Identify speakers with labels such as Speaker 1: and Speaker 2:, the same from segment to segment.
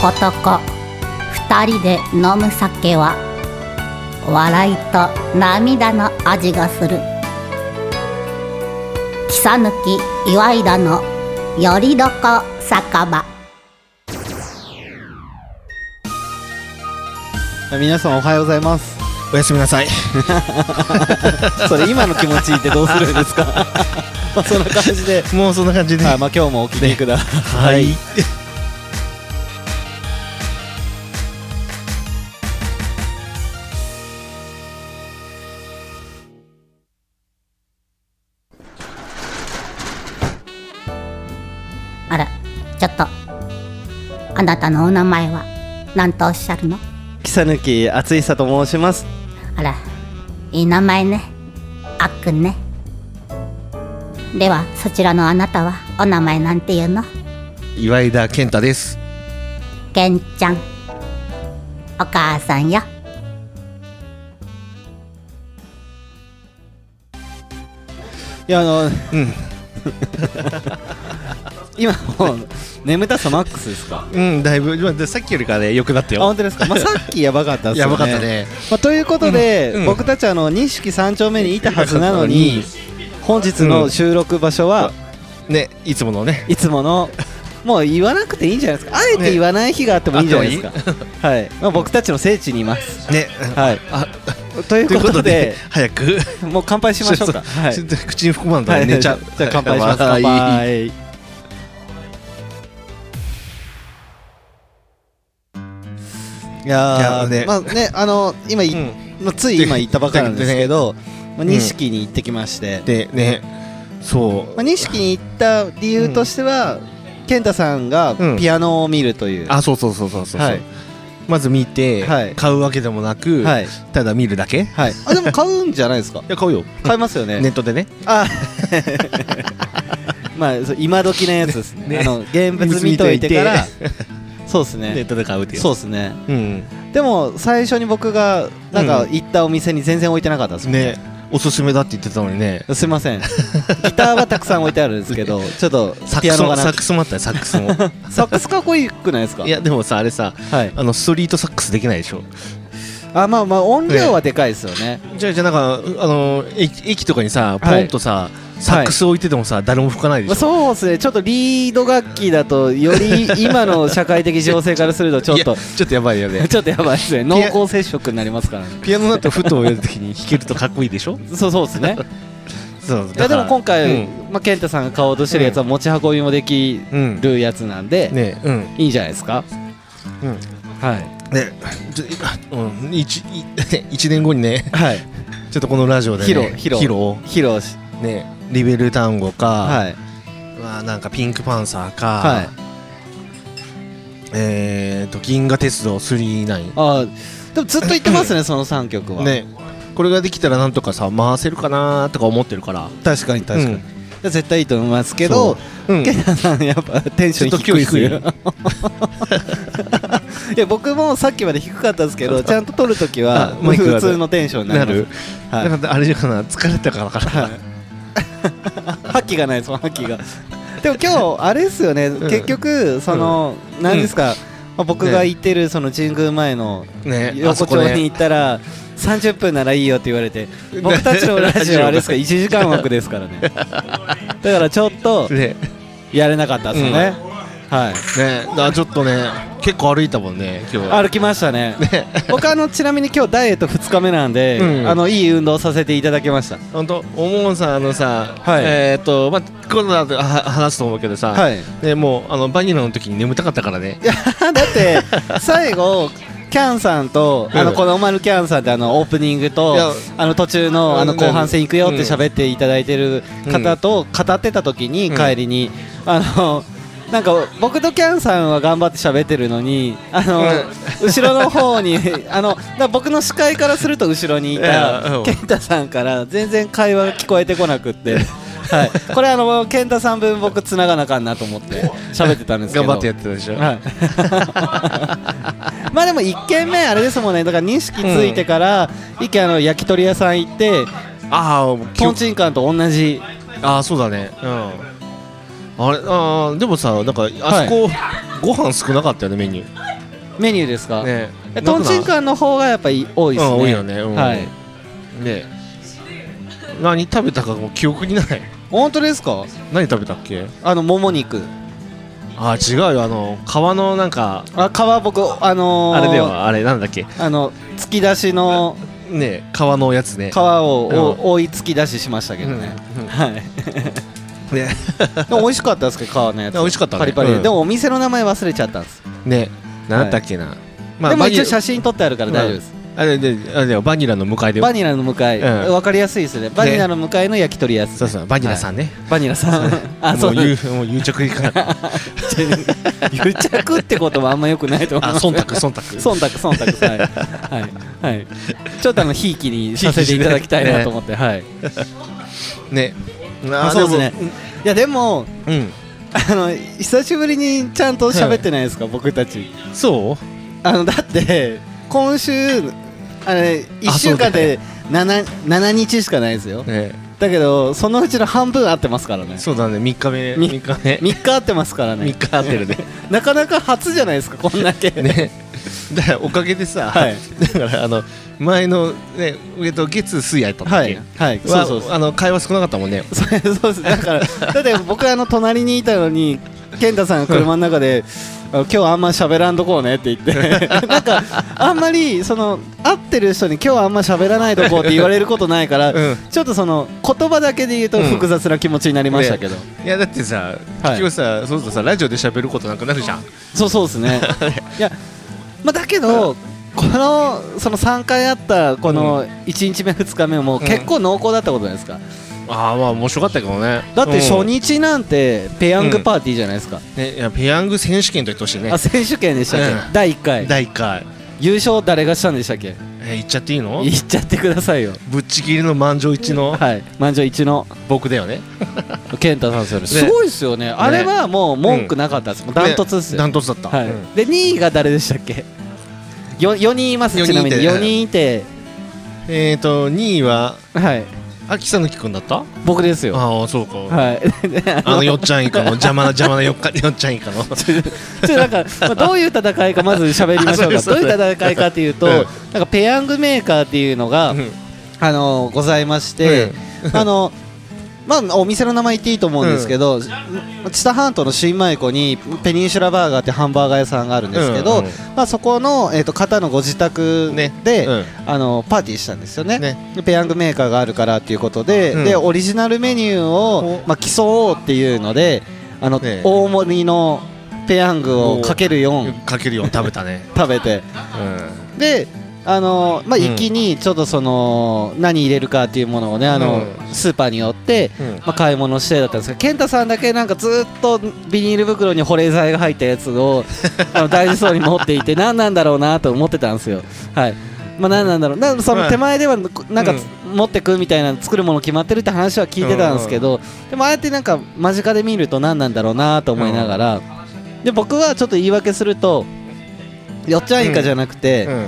Speaker 1: 男二人で飲む酒は笑いと涙の味がする草抜き岩井田のよりどこ酒場
Speaker 2: 皆さんおはようございます
Speaker 3: おやすみなさい
Speaker 2: それ今の気持ちってどうするん ですかまあそんな感じで、
Speaker 3: もうそんな感じで、
Speaker 2: はいまあ、今日もお聞きください、
Speaker 1: あらちょっとあなたのお名前は何とおっしゃるの
Speaker 2: 草抜き厚久と申します
Speaker 1: あらいい名前ねあっくんねではそちらのあなたはお名前なんていうの
Speaker 3: 岩井田健太です
Speaker 1: けんちゃんお母さんよ
Speaker 2: いやあのうん 今もう眠たさマックスですか
Speaker 3: うんだいぶまあさっきよりかね良くなった
Speaker 2: あ
Speaker 3: よ
Speaker 2: 本当ですか、まあ、さっきやばかったですよ
Speaker 3: や
Speaker 2: ね
Speaker 3: ばかったね
Speaker 2: まあ、ということで、
Speaker 3: うんうん
Speaker 2: 僕たちあの錦三丁目にいたはずなの
Speaker 3: う
Speaker 2: に
Speaker 3: ん
Speaker 2: 本日の収録場所は
Speaker 3: ねいつものね
Speaker 2: いつものもう言わなくていいんじゃないですかあえて言わない日があってもいいんじゃないですか、
Speaker 3: ね
Speaker 2: はい、まあ、僕たちの聖地にいます
Speaker 3: ね
Speaker 2: はい
Speaker 3: あ
Speaker 2: という
Speaker 3: という
Speaker 2: こ
Speaker 3: ことと
Speaker 2: で
Speaker 3: で早く
Speaker 2: もう乾杯しましょうかはい
Speaker 3: ちょっと口に含まん
Speaker 2: は
Speaker 3: だ
Speaker 2: い
Speaker 3: 寝ちゃう
Speaker 2: じゃあ乾杯します
Speaker 3: は
Speaker 2: 乾
Speaker 3: い
Speaker 2: 杯いやー
Speaker 3: いやね
Speaker 2: まあねあの今い、
Speaker 3: う
Speaker 2: まあ、つい今行ったばかりなんですけどまあ錦、に行ってきまして、
Speaker 3: でねそう
Speaker 2: まあ、錦に行った理由としては、健太さんが
Speaker 3: うん
Speaker 2: ピアノを見るという、
Speaker 3: あそうそうそうそうそう
Speaker 2: はい
Speaker 3: まず見て
Speaker 2: はい
Speaker 3: 買うわけでもなく
Speaker 2: はい
Speaker 3: ただ見るだけい
Speaker 2: はい、あでも買うんじゃないですか
Speaker 3: や買うよ
Speaker 2: 買いますよね
Speaker 3: ネットでね
Speaker 2: あ まあそう今時のやつですね
Speaker 3: ね
Speaker 2: あの現物見といてから
Speaker 3: 見
Speaker 2: そうです
Speaker 3: ネッ
Speaker 2: ね
Speaker 3: トで買うっていう
Speaker 2: そうですね
Speaker 3: うん
Speaker 2: でも最初に僕がなんか
Speaker 3: う
Speaker 2: 行ったお店に全然置いてなかったですもん
Speaker 3: ねおすすめだって言ってたのにね
Speaker 2: すいません ギターはたくさん置いてあるんですけどちょっと
Speaker 3: サッ
Speaker 2: ピ
Speaker 3: ク
Speaker 2: ア
Speaker 3: ス
Speaker 2: ノ
Speaker 3: も
Speaker 2: が
Speaker 3: サ
Speaker 2: な
Speaker 3: ックスもあったよサックスも
Speaker 2: サックスかっこよくないですか
Speaker 3: いやでもさあれさ
Speaker 2: はい
Speaker 3: あのストリートサックスできないでしょ
Speaker 2: あまあまあ音量はでかいですよね
Speaker 3: じゃあじゃあなんかあの駅駅とかにさポンとさ、サックス置いててもさ誰も吹かないで
Speaker 2: まあ、
Speaker 3: しょ、
Speaker 2: そうですねちょっとリード楽器だとより今の社会的情勢からするとちょっ
Speaker 3: いや
Speaker 2: と
Speaker 3: ちょっとやばいよね
Speaker 2: ちょっとやばい ですね濃厚接触になりますからね
Speaker 3: ピアノだとふとやるときに弾けるとかっこいいでしょ
Speaker 2: そうそうです ね
Speaker 3: そう
Speaker 2: いや
Speaker 3: だ
Speaker 2: で
Speaker 3: から
Speaker 2: も今回、
Speaker 3: うん
Speaker 2: まあ、健太さんが買おうとしてるやつは持ち運びもでき
Speaker 3: うんね
Speaker 2: るやつなんで、
Speaker 3: うん
Speaker 2: いいんじゃないですか
Speaker 3: うん
Speaker 2: はい
Speaker 3: ねちょうん一 いね一年後にね
Speaker 2: はい
Speaker 3: ちょっとこのラジオでね
Speaker 2: 披露披露
Speaker 3: を
Speaker 2: 披露し
Speaker 3: ねリベル単語か、
Speaker 2: はい
Speaker 3: まあなんかピンクパンサーか、
Speaker 2: はい
Speaker 3: えーと銀河鉄道39
Speaker 2: あーでもずっと言ってます ねその3曲は
Speaker 3: ねこれができたらなんとかさ回せるかなーとか思ってるから
Speaker 2: 確かに確かに、
Speaker 3: うん
Speaker 2: いや絶対いいと思いますけど
Speaker 3: うん
Speaker 2: 健太さん やっぱテンション低いです
Speaker 3: ちょ
Speaker 2: よ いや僕もさっきまで低かったですけどちゃんと撮るときは
Speaker 3: あマイクが
Speaker 2: 普通のテンションにな
Speaker 3: な
Speaker 2: り
Speaker 3: る、
Speaker 2: ますはい
Speaker 3: だからあれかな疲れたからかな、
Speaker 2: 覇気がないですもん覇気が でも今日あれですよね、
Speaker 3: うん
Speaker 2: 結局その、何ですか、まあ僕が行ってるその神宮前の
Speaker 3: ね
Speaker 2: 横丁に行ったら、30分ならいいよって言われて僕たちのラジオはあれですか1時 間枠ですから ねだからちょっと
Speaker 3: ね
Speaker 2: やれなかったですね、
Speaker 3: うん
Speaker 2: はい
Speaker 3: ねだからちょっとね結構歩いたもんね今日
Speaker 2: 歩きましたね
Speaker 3: ね
Speaker 2: 僕あのちなみに今日ダイエット2日目なんで、
Speaker 3: うん
Speaker 2: あのいい運動させていただきました
Speaker 3: 本当おもんさんあのさ、
Speaker 2: はい
Speaker 3: えっ、とまあ今度だとは話すと思うけどさ、
Speaker 2: はい
Speaker 3: ねもうあのバニラの時に眠たかったからね
Speaker 2: いやだって最後キャンさんと、
Speaker 3: うん
Speaker 2: あのこのマルキャンさんってあのオープニングと
Speaker 3: いや
Speaker 2: あの途中のあの
Speaker 3: うん
Speaker 2: 後半戦行くよって
Speaker 3: うん
Speaker 2: 喋っていただいてる方と語ってた時に
Speaker 3: うん
Speaker 2: 帰りに、あのなんか僕とキャンさんは頑張って喋ってるのにあの、
Speaker 3: う
Speaker 2: 後ろの方にあのだから僕の視界からすると後ろにい
Speaker 3: いや
Speaker 2: た
Speaker 3: うん
Speaker 2: 健太さんから全然会話が聞こえてこなく って。はい、これあの健太さん分僕繋がなあかんなと思って喋ってたんですけ
Speaker 3: 頑
Speaker 2: ど
Speaker 3: 張ってやってたでしょ、
Speaker 2: はい、 まあでも1軒目あれですもんねだから錦ついてから一軒あの焼き鳥屋さん行って
Speaker 3: ああ
Speaker 2: とんちんかんと同じ
Speaker 3: ああそうだねうんあれあーでもさなんかあそこ、ご飯少なかったよねメニュー
Speaker 2: メニューですか、
Speaker 3: ね
Speaker 2: えトンチンカンの方がやっぱり多いですね、
Speaker 3: うん多いよねうん
Speaker 2: はい
Speaker 3: ね何食べたかもう記憶にない
Speaker 2: 本当ですか
Speaker 3: 何食べたっけ
Speaker 2: あのもも肉
Speaker 3: あ違うよあの皮のなんか
Speaker 2: あ皮僕あのー、
Speaker 3: あれではあれなんだっけ
Speaker 2: あの突き出しの
Speaker 3: ね皮のやつね
Speaker 2: 皮を、
Speaker 3: うん
Speaker 2: お覆い突き出ししましたけどね、
Speaker 3: うんうん
Speaker 2: はい
Speaker 3: ね
Speaker 2: でも美味しかったですけど皮のやつ
Speaker 3: 美味しかったね
Speaker 2: パリパリ、
Speaker 3: うん
Speaker 2: でもお店の名前忘れちゃったんです、
Speaker 3: ね何だったっけな、ま
Speaker 2: でも一応
Speaker 3: バニラ
Speaker 2: 写真撮ってあるから大丈夫です、
Speaker 3: あれであれだよバニラの向かいで
Speaker 2: バニラの向かい、わ
Speaker 3: うん
Speaker 2: 分かりやすいですねバニラの向かいの焼き鳥屋です、
Speaker 3: そうそうバニラさんね、
Speaker 2: バニラさんあそ
Speaker 3: も
Speaker 2: う
Speaker 3: う言うもう癒着いいから
Speaker 2: 癒着ってこともあんまよくないと思い
Speaker 3: あ
Speaker 2: ます
Speaker 3: 忖度忖度
Speaker 2: 忖度忖度はいはい、はい、ちょっとあのひいきにさせていただきたいなと思 って、はい
Speaker 3: ね
Speaker 2: あそうですねいやでも
Speaker 3: うん
Speaker 2: あの久しぶりにちゃんと喋ってないですか、僕たち
Speaker 3: そ
Speaker 2: あのだって今週あれ1週間で 7, 7日しかないですよ
Speaker 3: うね
Speaker 2: だけどそのうちの半分合ってますからね
Speaker 3: そうだね3日目
Speaker 2: み
Speaker 3: 三日目
Speaker 2: 3日合ってますから
Speaker 3: 三
Speaker 2: ね
Speaker 3: 日合ってるね
Speaker 2: なかなか初じゃないですかこんだけ、
Speaker 3: ねだからおかげでさ、
Speaker 2: はい
Speaker 3: だからあの前のねえっと月水やったっけ
Speaker 2: はいはいそ
Speaker 3: は
Speaker 2: うそうそう
Speaker 3: あの会話少なかったもんね
Speaker 2: それそうです だからだって僕あの隣にいたのに健太さんが車の中で「あの今日あんま喋らんとこうね」って言って なんかあんまりその会ってる人に「今日はあんま喋らないとこう」って言われることないから、
Speaker 3: うん
Speaker 2: ちょっとその言葉だけで言うと複雑な気持ちになりましたけど、
Speaker 3: いやだってさ、結局さそうするとさラジオで喋ることなくなるじゃん
Speaker 2: そうそうです ねいや、まあ、だけどこのその3回あったこの1日目2日目も結構濃厚だったことじゃないですか
Speaker 3: ああまあ面白かったけどね
Speaker 2: だって初
Speaker 3: うん
Speaker 2: 日なんてペヤングパーティーじゃないですか、
Speaker 3: ねいやペヤング選手権と言ってほしいね
Speaker 2: あ選手権でしたっけ、
Speaker 3: うん
Speaker 2: 第1回
Speaker 3: 第1回
Speaker 2: 優勝誰がしたんでしたっけ
Speaker 3: え言っちゃっていいの
Speaker 2: 言っちゃってくださいよ
Speaker 3: ぶっちぎりの満場一致の
Speaker 2: はい満場一致の
Speaker 3: 僕だよね
Speaker 2: 健太さんそれ、すごいですよねあれはもう文句なかったです、もうダントツですよ、
Speaker 3: ダントツだった
Speaker 2: はい
Speaker 3: うん
Speaker 2: で2位が誰でしたっけよ4人います
Speaker 3: 四
Speaker 2: ち
Speaker 3: 人い
Speaker 2: な
Speaker 3: て
Speaker 2: みに4人いて、
Speaker 3: えっと2位は
Speaker 2: はい
Speaker 3: あきさぬきくんだった
Speaker 2: 僕ですよ
Speaker 3: ああそうか
Speaker 2: はいであ
Speaker 3: あ
Speaker 2: の
Speaker 3: のよっちゃん以下の邪魔な邪魔なよっかよっちゃん以下の
Speaker 2: ちょっとなんか、まあ、どういう戦いかまず喋りましょう
Speaker 3: あ
Speaker 2: か
Speaker 3: そう
Speaker 2: どう
Speaker 3: です
Speaker 2: いう戦いかというと、
Speaker 3: うん
Speaker 2: なんかペヤングメーカーっていうのが、あのございまして、 あのまあお店の名前言っていいと思うんですけど、知多半島の新米湖にペニンシュラバーガーってハンバーガー屋さんがあるんですけど、
Speaker 3: うんうん
Speaker 2: まあそこのえっ、と方のご自宅で、
Speaker 3: ねうん
Speaker 2: あのパーティーしたんですよね。
Speaker 3: ね
Speaker 2: でペヤングメーカーがあるからっていうことで、
Speaker 3: うん
Speaker 2: でオリジナルメニューを
Speaker 3: お
Speaker 2: まあ競おうっていうので、あの、
Speaker 3: ね
Speaker 2: 大盛りのペヤングをかける
Speaker 3: うん
Speaker 2: 4
Speaker 3: かけるよ食べたね
Speaker 2: 食べて。
Speaker 3: う
Speaker 2: であのまあ、
Speaker 3: うん
Speaker 2: 一気にちょっとその何入れるかっていうものをねあの、
Speaker 3: う
Speaker 2: スーパーによって、
Speaker 3: うん
Speaker 2: まあ、買い物してだったんですけど健太さんだけなんかずっとビニール袋に保冷剤が入ったやつ をあの大事そうに持っていて何なんだろうなと思ってたんですよ。はいまあ、何なんだろうなその手前ではなんか持ってくみたいな作るもの決まってるって話は聞いてたんですけど、でもああやってなんか間近で見ると何なんだろうなと思いながら、で僕はちょっと言い訳するとよっちゃんいかじゃなくて、
Speaker 3: ん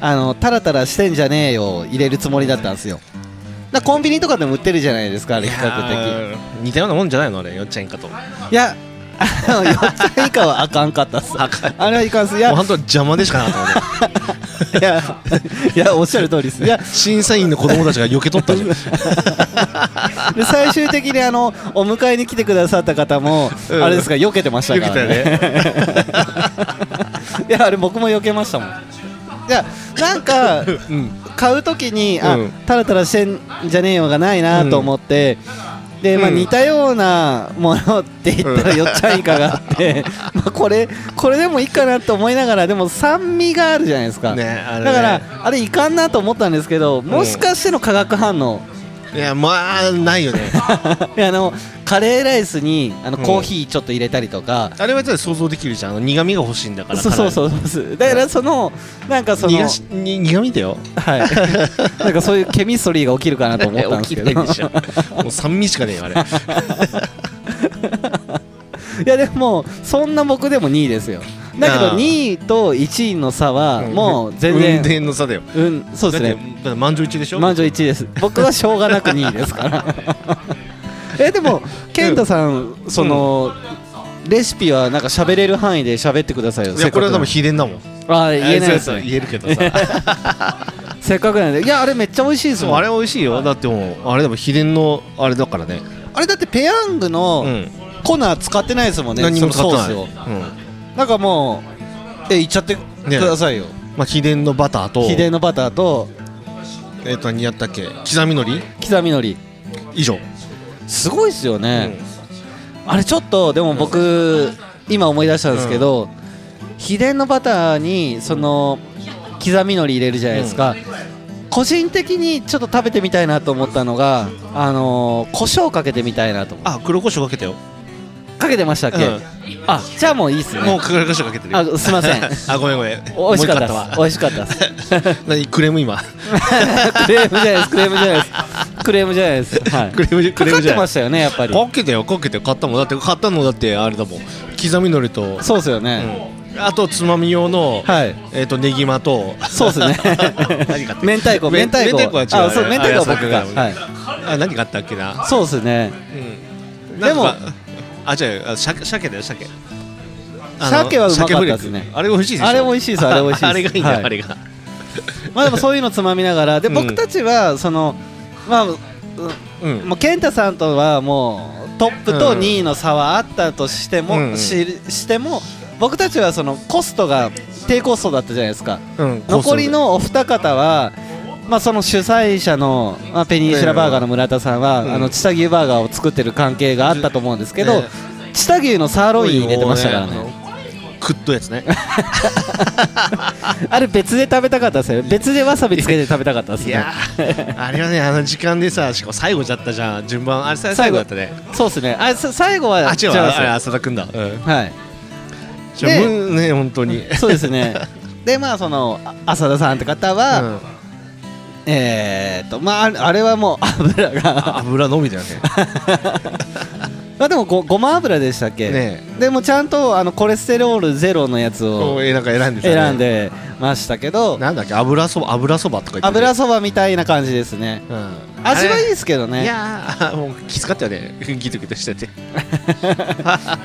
Speaker 2: あのタラタラしてんじゃねえよを入れるつもりだったんですよだコンビニとかでも売ってるじゃないですかあれ比較
Speaker 3: 的似たようなもんじゃないのあれよっちゃん以下と
Speaker 2: 的いやあのよっちゃん以下はあかんかったっす
Speaker 3: あかん
Speaker 2: あれはいかんっすいや
Speaker 3: もう本当邪魔でしかなかったもんね
Speaker 2: いやいやおっしゃる通りですいや
Speaker 3: 審査員の子供たちが避けとったじゃん
Speaker 2: で最終的にあのお迎えに来てくださった方も、
Speaker 3: うん
Speaker 2: あれですか避けてましたからね
Speaker 3: 避け
Speaker 2: いやあれ僕も避けましたもんいやなんか
Speaker 3: うん
Speaker 2: 買う時にあ、
Speaker 3: うん
Speaker 2: タラタラしてんじゃねえよがないなと思って、でまあ、
Speaker 3: うん
Speaker 2: 似たようなものって言 ったらよっちゃんいかがあって、まあこれこれでもいいかなと思いながらでも酸味があるじゃないですか、
Speaker 3: ねあれね
Speaker 2: だからあれいかんなと思ったんですけどもしかしての化学反 応、
Speaker 3: いやまあないよね
Speaker 2: いやあのカレーライスにあの
Speaker 3: うん
Speaker 2: コーヒーちょっと入れたりとか、
Speaker 3: あれはちょっと想像できるじゃんあの苦味が欲しいんだから
Speaker 2: そうそう
Speaker 3: う
Speaker 2: そうそうだからそのなんかその
Speaker 3: 苦しに苦味だよ
Speaker 2: はい、 なんかそういうケミストリーが起きるかなと思ったんですけど
Speaker 3: 起きないでしょもう酸味しかねえよあれ
Speaker 2: いやでもそんな僕でも2位ですよだけ
Speaker 3: あ
Speaker 2: ど
Speaker 3: あ
Speaker 2: 2位と1位の差はもう全
Speaker 3: 運
Speaker 2: 然
Speaker 3: 転の差だよ
Speaker 2: うんそうですね
Speaker 3: だってだって満場一致でしょ
Speaker 2: 満場一致です 僕はしょうがなく2位ですから えでも健太さんそのレシピはなんか喋れる範囲で喋ってくださいよ
Speaker 3: いやこれは多分
Speaker 2: せっ
Speaker 3: 秘伝だもん
Speaker 2: かくああ言えないです
Speaker 3: そうそう
Speaker 2: ね
Speaker 3: 言えるけどさ
Speaker 2: せっかくなんでいやあれめっちゃ美味しいです
Speaker 3: そう
Speaker 2: もん
Speaker 3: あれ美味しいよだってもうあれでも秘伝のあれだからね
Speaker 2: あれだってペヤング
Speaker 3: う
Speaker 2: の
Speaker 3: ん
Speaker 2: 粉使ってないですもんね
Speaker 3: 何にも使ってない
Speaker 2: そのソース
Speaker 3: うん
Speaker 2: をなんかもうえいっちゃってくださいよ、
Speaker 3: まあ秘伝のバターと
Speaker 2: 秘伝のバターと
Speaker 3: えっと何やったっけ刻みのり
Speaker 2: 刻みのり
Speaker 3: 以上
Speaker 2: すごいですよ
Speaker 3: う
Speaker 2: ね、
Speaker 3: ん
Speaker 2: あれちょっとでも僕今思い出したんですけど、秘伝のバターにその刻みのり入れるじゃないですか、個人的にちょっと食べてみたいなと思ったのがあのー、胡椒かけてみたいなと思
Speaker 3: あ黒胡椒かけたよ
Speaker 2: うかけてましたっけ、
Speaker 3: うん
Speaker 2: あじゃあもういいっすね
Speaker 3: もう黒胡椒かけてる
Speaker 2: あすいません
Speaker 3: あごめんごめん
Speaker 2: 美味しかったっ
Speaker 3: もう一
Speaker 2: す
Speaker 3: 個
Speaker 2: 美
Speaker 3: あ
Speaker 2: 味しかったっす
Speaker 3: 何クレーム今
Speaker 2: クレームじゃないですクレームじゃないです クレームじゃないですはい
Speaker 3: クレームじゃク
Speaker 2: か
Speaker 3: レ
Speaker 2: か
Speaker 3: ーム
Speaker 2: っ
Speaker 3: じ
Speaker 2: て
Speaker 3: ゃな
Speaker 2: ま
Speaker 3: い
Speaker 2: したよねやっぱり
Speaker 3: かけてよかけてよ買ったもんだって買ったのだってあれだもん刻みのりと
Speaker 2: そうですよね、
Speaker 3: うんあとつまみ用の、
Speaker 2: はい
Speaker 3: えっ、とネギマと
Speaker 2: そうですね
Speaker 3: 何買った
Speaker 2: 明太子
Speaker 3: め
Speaker 2: 明太子
Speaker 3: 明太子は違う
Speaker 2: あそう明太子は
Speaker 3: あ
Speaker 2: 僕
Speaker 3: れ
Speaker 2: が
Speaker 3: は桜
Speaker 2: はい
Speaker 3: あ何買ったっけな、
Speaker 2: そうですね
Speaker 3: うん、
Speaker 2: でも
Speaker 3: なんかあじゃあ鮭鮭だよ鮭あの
Speaker 2: 鮭はうまかったですね
Speaker 3: 鮭フレークあれ美味しいでしょ
Speaker 2: あれ美味しいですあれ美味しいです
Speaker 3: あれがいいんだよ、
Speaker 2: はい
Speaker 3: あれが
Speaker 2: まあでもそういうのつまみながらで
Speaker 3: うん
Speaker 2: 僕たちはそのまあう
Speaker 3: うん
Speaker 2: もう健太さんとはもうトップと2位の差はあったとしても、
Speaker 3: うん
Speaker 2: ししても僕たちはそのコストが低コストだったじゃないですか
Speaker 3: うん
Speaker 2: 残りのお二方はまあその主催者の、まあ、ペニンシュラバーガーの村田さんは、
Speaker 3: うん
Speaker 2: あのチタ牛バーガーを作ってる関係があったと思うんですけど、
Speaker 3: ね
Speaker 2: チタ牛のサーロイン入れてましたからね
Speaker 3: もうあの食っとや つね
Speaker 2: あれ別で食べたかったですよ別でわさびつけて食べたかったです
Speaker 3: い
Speaker 2: ね
Speaker 3: やーあれはねあの時間でさしかも最後じゃったじゃん順番あれさ最後だったね
Speaker 2: そうですね。あ、さ最後は
Speaker 3: あ違う
Speaker 2: 違います
Speaker 3: あれ浅田君だうん
Speaker 2: はい。
Speaker 3: じゃあ
Speaker 2: で
Speaker 3: むね本当に
Speaker 2: そうです ね。でまあそのあ浅田さんって方は、
Speaker 3: うん
Speaker 2: えーっとまああれあれは もう油が
Speaker 3: 油のみだよね
Speaker 2: まあでもごごま油でしたっけ？
Speaker 3: ね
Speaker 2: でもちゃんとあのコレステロールゼロのやつ
Speaker 3: こ
Speaker 2: を
Speaker 3: うえなんか選んでたね
Speaker 2: 選んでましたけど、
Speaker 3: なんだっけ油そば油そばとか言って
Speaker 2: 油
Speaker 3: そ
Speaker 2: そばみたいな感じですね。味はいいですけどね。
Speaker 3: いやーもうきつかったよねギトギトしてて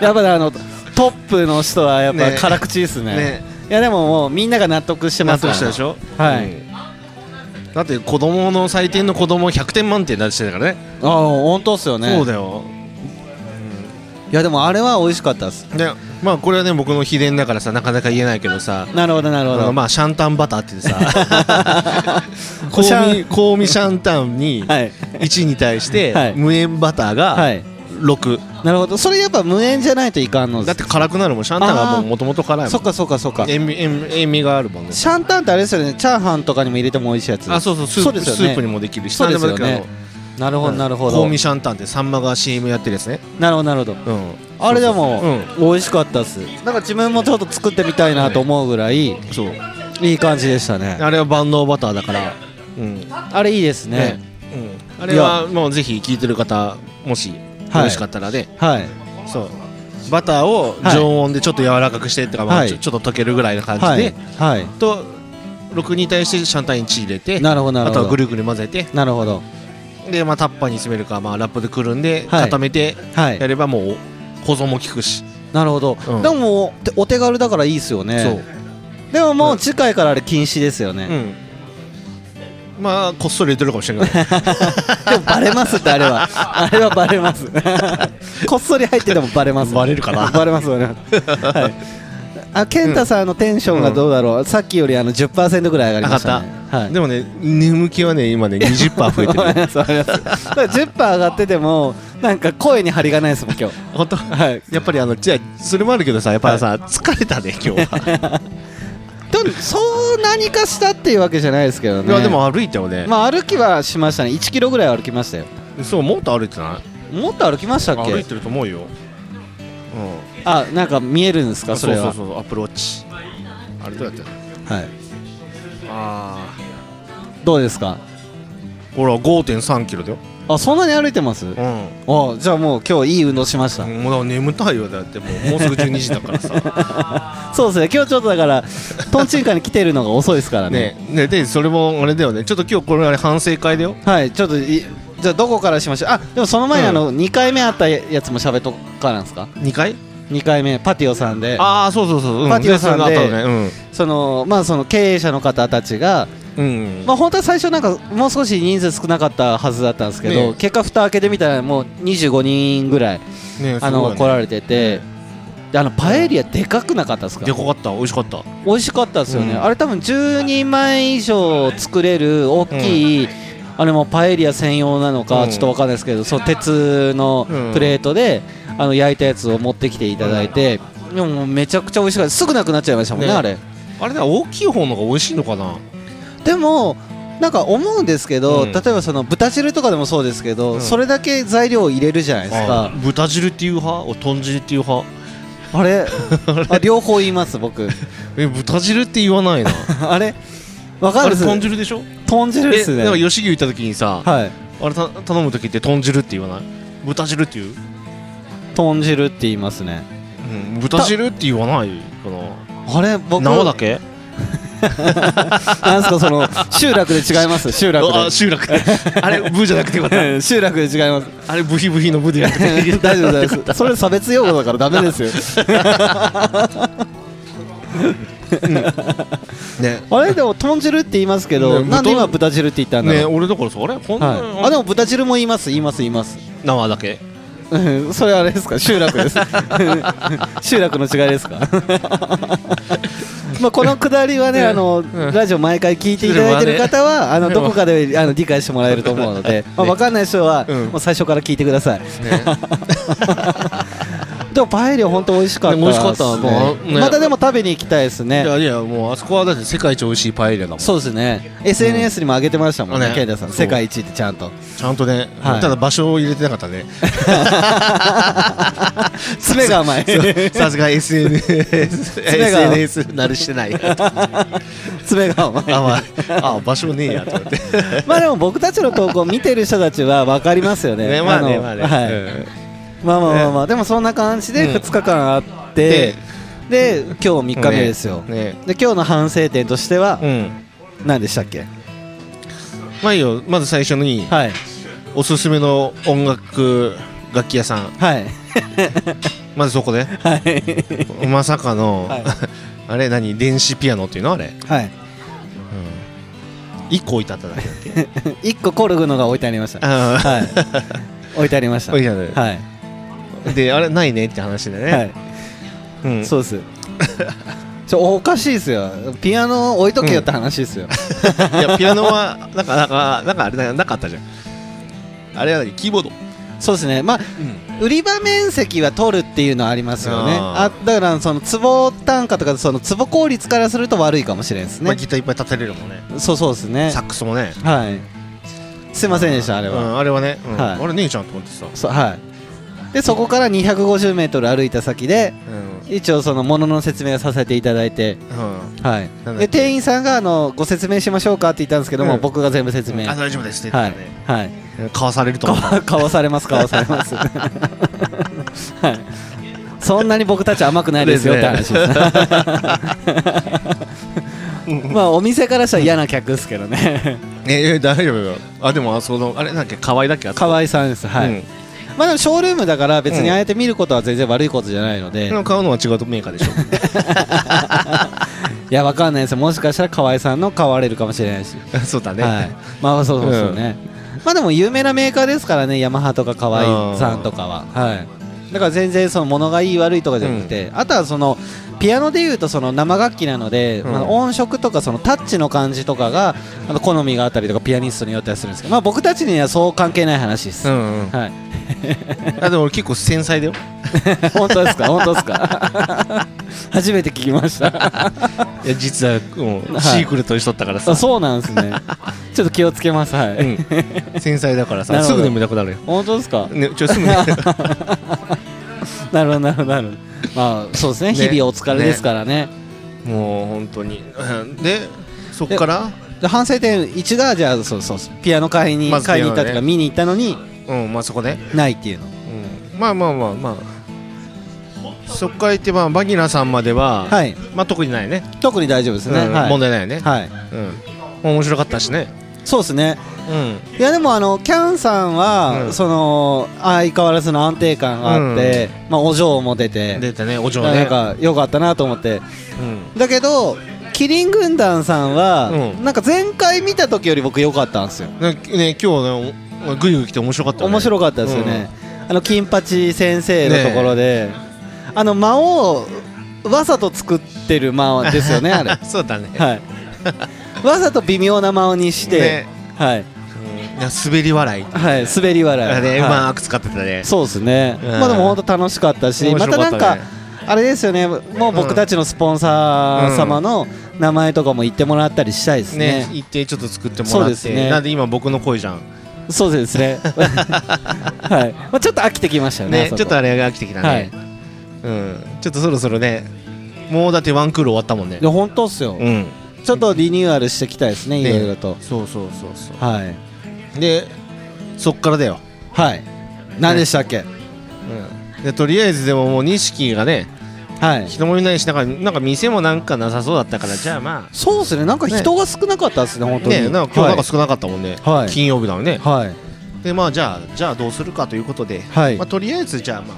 Speaker 2: やっぱりあのトップの人はやっぱ
Speaker 3: ね
Speaker 2: 辛口ですね。
Speaker 3: ね
Speaker 2: いやでももうみんなが納得してま
Speaker 3: 納
Speaker 2: すから。
Speaker 3: 得したでしょ
Speaker 2: はい
Speaker 3: うんだって子供の採点の子供100点満点出してたからね
Speaker 2: ああ本当っすよね。
Speaker 3: そうだよ
Speaker 2: いやでもあれは美味しかったです
Speaker 3: でまあこれはね僕の秘伝だからさなかなか言えないけどさ
Speaker 2: なるほどなるほ
Speaker 3: あの
Speaker 2: ど、
Speaker 3: まあシャンタンバターって言って さ
Speaker 2: シ
Speaker 3: 香味
Speaker 2: ャ
Speaker 3: 香味シャンタンに
Speaker 2: はい
Speaker 3: 1に対して、
Speaker 2: はい
Speaker 3: 無塩バター
Speaker 2: は
Speaker 3: が
Speaker 2: い
Speaker 3: 6、
Speaker 2: なるほどそれやっぱ無塩じゃないといかんのです
Speaker 3: だって辛くなるもんシャンタンがもともと辛いもん
Speaker 2: そっかそっかそっか
Speaker 3: 塩味塩味塩味があるもんね
Speaker 2: シャンタンってあれですよねチャーハンとかにも入れても美味しいやつ
Speaker 3: あそうそうスープ
Speaker 2: ですよ
Speaker 3: ス
Speaker 2: ね
Speaker 3: ープにもできるし
Speaker 2: そうですよね
Speaker 3: なんもできる
Speaker 2: なる
Speaker 3: あ
Speaker 2: ほ
Speaker 3: の
Speaker 2: どなるほ
Speaker 3: う
Speaker 2: ど
Speaker 3: ん香味シャンタンってさんまが CM やってるやつね
Speaker 2: なるほどなるほど
Speaker 3: うん
Speaker 2: あれでも
Speaker 3: そう
Speaker 2: 美味しかったっすなんか自分もちょっと作ってみたいなと思うぐらいい
Speaker 3: そううんそう
Speaker 2: い感じでしたね
Speaker 3: あれは万能バターだからうん
Speaker 2: あれいいですね
Speaker 3: うんあれはもうぜひ聞いてる方もしよろしかったらね
Speaker 2: はい
Speaker 3: そうバターを常温でちょっと柔らかくしてってかま
Speaker 2: は
Speaker 3: あ
Speaker 2: い
Speaker 3: ちょちょっと溶けるぐらいな感じ
Speaker 2: はい
Speaker 3: で
Speaker 2: はい
Speaker 3: と6に対してシャンタン1入れて
Speaker 2: なるほどな
Speaker 3: あ
Speaker 2: る
Speaker 3: とは
Speaker 2: ほ
Speaker 3: ぐ
Speaker 2: ど
Speaker 3: るぐる混ぜて
Speaker 2: なるほど
Speaker 3: でまあタッパーに詰めるかまあラップでくるんで
Speaker 2: はい
Speaker 3: 固めて
Speaker 2: はい
Speaker 3: やればもう保存も効くし
Speaker 2: なるほど、
Speaker 3: うん
Speaker 2: でももうお手軽だからいいですよね
Speaker 3: そう
Speaker 2: でもも
Speaker 3: う
Speaker 2: うん次回からあれ禁止ですよね、
Speaker 3: うん、まあこっそり入れてるかもしれない
Speaker 2: でもバレますってあれ はあれはバレますこっそり入っててもバレます
Speaker 3: バレるかな
Speaker 2: バレますバレます、はい、あ健太さんのテンションがどうだろう、さっきよりあの10%ぐらい上がりましたねはい
Speaker 3: でもね眠気はね今ね20%増え て
Speaker 2: わかり
Speaker 3: る
Speaker 2: ますわかりますだから10%上がっててもなんか声に張りがないですもん今日
Speaker 3: 本当
Speaker 2: はい
Speaker 3: やっぱりあのじゃあそれもあるけどさやっぱりさ、疲れたね今 日は
Speaker 2: でもそう何かしたっていうわけじゃないですけど
Speaker 3: い
Speaker 2: ね
Speaker 3: やでも歩いたよね、
Speaker 2: まあ歩きはしましたね1キロぐらい歩きましたよ
Speaker 3: そうもっと歩いてない
Speaker 2: もっと歩きましたっ
Speaker 3: 歩い
Speaker 2: け
Speaker 3: てると思うよ、うん、
Speaker 2: あなんか見えるんですかそれは
Speaker 3: うそうそうアップローチあれどうやって
Speaker 2: はい
Speaker 3: あ
Speaker 2: どうですか
Speaker 3: あほら5.3キロだよ
Speaker 2: あそんなに歩いてます
Speaker 3: うん
Speaker 2: あじゃあもう今日いい運動しました、
Speaker 3: もうだから眠たいよだってもうもうすぐ12時だか らさ
Speaker 2: そうですね今日ちょっとだからトンチンカンに来てるのが遅いですからね
Speaker 3: ねねでそれもあれだよねちょっと今日これあれ反省会だよ
Speaker 2: はいちょっといじゃあどこからしましょうあでもその前にあの、2回目あったやつも喋っとくからなんですか
Speaker 3: 2回
Speaker 2: 2 2回目パティオさんで
Speaker 3: ああそうそうそう、うん、
Speaker 2: パティオさんで
Speaker 3: レッスンがあったのね
Speaker 2: そのまあその経営者の方たちが、
Speaker 3: うん、うん
Speaker 2: まあ、本当は最初なんかもう少し人数少なかったはずだったんですけど、
Speaker 3: ね
Speaker 2: 結果蓋開けてみたらもう25人ぐらい
Speaker 3: ね
Speaker 2: あ
Speaker 3: す
Speaker 2: の、
Speaker 3: ごいね
Speaker 2: 来られてて、であのパエリアでかくなかったですか
Speaker 3: でかかった美味しかった
Speaker 2: 美味しかったですよね、
Speaker 3: うん
Speaker 2: あれ多分10人前以上作れる大きい、あれもパエリア専用なのか
Speaker 3: うん
Speaker 2: ちょっとわかんないですけど、そう鉄のプレートで、あの焼いたやつを持ってきていただいて、でももうめちゃくちゃ美味しかったすぐなくなっちゃいましたもんね
Speaker 3: ね
Speaker 2: あれ
Speaker 3: あれね大きい方のが美味しいのかな
Speaker 2: でもなんか思うんですけど、
Speaker 3: うん
Speaker 2: 例えばその豚汁とかでもそうですけど、
Speaker 3: うん
Speaker 2: それだけ材料を入れるじゃないですか、
Speaker 3: あ豚汁っていう派お豚汁っていう派
Speaker 2: あ れあ両方言います僕
Speaker 3: え豚汁って言 わないな
Speaker 2: あれわか
Speaker 3: あ
Speaker 2: る
Speaker 3: れ
Speaker 2: です
Speaker 3: 豚汁でしょ
Speaker 2: 豚汁で
Speaker 3: え
Speaker 2: すね
Speaker 3: なんか吉牛行った時にさ
Speaker 2: はい
Speaker 3: あれた頼む時って豚汁って言わない豚汁って言う、
Speaker 2: 豚汁って言いますね
Speaker 3: うん、豚汁って言わないか
Speaker 2: あれ僕
Speaker 3: な生だけ
Speaker 2: なんすかその集落で違います集落
Speaker 3: あ集 落あれブーじゃなくてよかった
Speaker 2: で 集落で違います
Speaker 3: あれブヒブヒのブでやって
Speaker 2: 大丈夫ですそれ差別用語だからダメです よ
Speaker 3: ね
Speaker 2: あれでも豚汁って言いますけど、
Speaker 3: ね
Speaker 2: なんで今
Speaker 3: 豚
Speaker 2: 豚汁って言ったんだ
Speaker 3: ね
Speaker 2: ろう、
Speaker 3: 俺だからさあれこんな、
Speaker 2: はい、あでも豚汁も言います言います言います
Speaker 3: 生だけ
Speaker 2: うんそれあれですか集落 です集落の違いですか まあこのくだりはねあのラジオ毎回聞いていただいてる方はあのどこかであの理解してもらえると思うの で、まあ、分かんない人は
Speaker 3: うん
Speaker 2: もう最初から聞いてください
Speaker 3: ね
Speaker 2: でもパエリア本当美味しかった
Speaker 3: ね美味しかった
Speaker 2: ですね
Speaker 3: もうね
Speaker 2: またでも食べに行きたいです
Speaker 3: い
Speaker 2: ね
Speaker 3: やいやもうあそこはだって世界一美味しいパエリアだもん
Speaker 2: そうですね SNS にも上げてましたもんね
Speaker 3: ね
Speaker 2: 健太さん
Speaker 3: そう
Speaker 2: 世界一ってちゃんと
Speaker 3: ちゃんとね、
Speaker 2: はい
Speaker 3: ただ場所を入れてなかっ たね
Speaker 2: 爪が甘い
Speaker 3: さすが SNS
Speaker 2: 爪が
Speaker 3: SNS 慣れしてな いあ
Speaker 2: 爪が甘い
Speaker 3: まああ場所ねえやと思って
Speaker 2: まあでも僕たちの投稿見てる人たちは分かります よね
Speaker 3: ね まあね
Speaker 2: の
Speaker 3: まあね、
Speaker 2: はい
Speaker 3: うん
Speaker 2: まあまあまあまあでもそんな感じで
Speaker 3: うん
Speaker 2: 2日間あって、で今日3日目ですよ、
Speaker 3: ね
Speaker 2: で今日の反省点としては
Speaker 3: うん
Speaker 2: 何でしたっけ、
Speaker 3: まあいいよまず最初に
Speaker 2: はい
Speaker 3: おすすめの音楽楽器屋さん
Speaker 2: はい
Speaker 3: まずそこで
Speaker 2: はい
Speaker 3: まさかの、
Speaker 2: はい
Speaker 3: あれ何電子ピアノっていうのあれ、
Speaker 2: はい
Speaker 3: 一個置いてあっただけだっけ
Speaker 2: 1個コルグのが置いてありました
Speaker 3: あー
Speaker 2: はい置いてありました
Speaker 3: 置
Speaker 2: はいい
Speaker 3: てある
Speaker 2: はい、
Speaker 3: であれないねって話だね、うん、
Speaker 2: そうです ちょおかしいですよピアノ置いとけよって話ですよ、
Speaker 3: いやピアノはなんかなんかなんかあれだなかったじゃんあれは何キーボード、
Speaker 2: そうですねまあ売り場面積は取るっていうのはありますよねあ
Speaker 3: あ
Speaker 2: だからその坪単価とかその坪効率からすると悪いかもしれんですね、
Speaker 3: まあ、ギターいっぱい立てれるもんね
Speaker 2: そうそうですね
Speaker 3: サックスもね
Speaker 2: はいすいませんでしたあれ
Speaker 3: う
Speaker 2: は、
Speaker 3: ん、あれはね、うん
Speaker 2: はい
Speaker 3: あれ姉ちゃんと思ってさ、
Speaker 2: そはいでそこから2 5 0ル歩いた先で
Speaker 3: うん
Speaker 2: 一応そのものの説明をさせていただいてはい
Speaker 3: なんだっ
Speaker 2: で
Speaker 3: け
Speaker 2: 店員さんがあのご説明しましょうかって言ったんですけども、
Speaker 3: うん
Speaker 2: 僕が全部説明、
Speaker 3: あ大丈夫ですって言
Speaker 2: は
Speaker 3: っ
Speaker 2: い
Speaker 3: てたね、
Speaker 2: はい
Speaker 3: かわされると思う
Speaker 2: かかわされますかわされます はいそんなに僕たち甘くないですよって話です まあお店からしたら嫌な客ですけどね
Speaker 3: ええ大丈夫よあでもあそこのあれなんか河合だっけあそこ
Speaker 2: 河合さんですはい、
Speaker 3: うん
Speaker 2: まあでもショールームだから別
Speaker 3: う
Speaker 2: に
Speaker 3: ん
Speaker 2: あえて見ることは全然悪いことじゃないので、
Speaker 3: で
Speaker 2: い
Speaker 3: も買うのは違うメーカーでしょ
Speaker 2: やわかんないですよもしかしたら河合さんの買われるかもしれないし、
Speaker 3: そうだね、
Speaker 2: はい、まあそうそうそうね、まあでも有名なメーカーですからねヤマハとか河合さんとかは、はい、だから全然その物がいい悪いとかじゃなくて、あとはそのピアノでいうとその生楽器なので、
Speaker 3: うん
Speaker 2: まあ音色とかそのタッチの感じとかがあの好みがあったりとかピアニストによってはするんですけど、まあ、僕たちにはそう関係ない話です、
Speaker 3: うんうん、
Speaker 2: はい、
Speaker 3: あでも俺結構繊細だよ
Speaker 2: 本当ですか本当ですか 初めて聞きま した
Speaker 3: いや実はもう、
Speaker 2: はい
Speaker 3: シークレットにしとったからさ
Speaker 2: あそうなんですねちょっと気をつけますはい、
Speaker 3: うん、繊細だから
Speaker 2: な
Speaker 3: さ
Speaker 2: るほ
Speaker 3: す
Speaker 2: ど
Speaker 3: ぐ眠たくなるよ、
Speaker 2: 本当ですか
Speaker 3: ね、ちょすぐね
Speaker 2: なるほどなるほどなるほどまあそうですね
Speaker 3: ね
Speaker 2: 日々お疲れですからね
Speaker 3: もう本当に うんでそっから
Speaker 2: で反省点1がじゃあそうそうそうピアノ買いに、
Speaker 3: まず
Speaker 2: 買いに行ったと
Speaker 3: ピ
Speaker 2: か
Speaker 3: アノ
Speaker 2: 見に行ったのに
Speaker 3: うんまあそこで、
Speaker 2: ないっていうの
Speaker 3: うん、まあまあまあまあそっから行ってまあバニラさんまでは、
Speaker 2: はい
Speaker 3: まあ特にないね
Speaker 2: 特に大丈夫ですね、
Speaker 3: うん
Speaker 2: はい、
Speaker 3: 問題ないよね、
Speaker 2: はい、
Speaker 3: うん面白かったしね
Speaker 2: そうですね
Speaker 3: うん
Speaker 2: いやでもあのキャンさんは、
Speaker 3: うん
Speaker 2: その相変わらずの安定感があって、まあ、お嬢も出て
Speaker 3: 出たねお嬢ね
Speaker 2: なんか良かったなと思って
Speaker 3: うん
Speaker 2: だけどキリン軍団さんは、
Speaker 3: うん
Speaker 2: なんか前回見た時より僕良かったんですよ
Speaker 3: なんかね今日ねグイグイ来て面白かったよね
Speaker 2: 面 白かったですよね、あの金八先生のところで、あの間をわざと作ってる間です よねあれ
Speaker 3: そうだね
Speaker 2: はいわざと微妙な間にして、
Speaker 3: ね
Speaker 2: はい、
Speaker 3: うんいや滑り笑い
Speaker 2: はい、滑り笑い、
Speaker 3: あれう
Speaker 2: はい
Speaker 3: まく使ってたね
Speaker 2: そうですね、
Speaker 3: うん
Speaker 2: まあでも本当楽しかったし
Speaker 3: 面
Speaker 2: ま
Speaker 3: 白
Speaker 2: たな
Speaker 3: かっ
Speaker 2: ん
Speaker 3: た
Speaker 2: か
Speaker 3: ね
Speaker 2: あれですよねもう僕たちのスポンサー様の名前とかも言ってもらったりしたいですね
Speaker 3: ね一定ちょっと作っても
Speaker 2: そう
Speaker 3: ら
Speaker 2: で
Speaker 3: っ
Speaker 2: す
Speaker 3: て
Speaker 2: ね
Speaker 3: なんで今僕の声じゃん
Speaker 2: そうです ねはい、まあ、ちょっと飽きてきましたよねあ
Speaker 3: ね
Speaker 2: そこ
Speaker 3: ちょっとあれが飽きてきた
Speaker 2: はい
Speaker 3: ねうんちょっとそろそろねもうだってワンクール終わったもんね
Speaker 2: いや本当っすよ、
Speaker 3: うん
Speaker 2: ちょっとリニューアルしてきたいですねい
Speaker 3: ね
Speaker 2: ろいろと
Speaker 3: そうそうそうそ
Speaker 2: はいう
Speaker 3: でそっからだよ
Speaker 2: はい何でしたっけ、
Speaker 3: でとりあえずでももう錦がね
Speaker 2: はい
Speaker 3: 人もいないしなんかなんか店もなんかなさそうだったからじゃあま
Speaker 2: そうですねなんか人が少なかったですね本
Speaker 3: あ
Speaker 2: 当に
Speaker 3: ねなんか今日なんか少なかったもんね、
Speaker 2: はい
Speaker 3: 金曜日だもんね、
Speaker 2: はいはい
Speaker 3: でまあじゃあじゃあどうするかということで、
Speaker 2: はい
Speaker 3: まあ、とりあえずじゃあまあ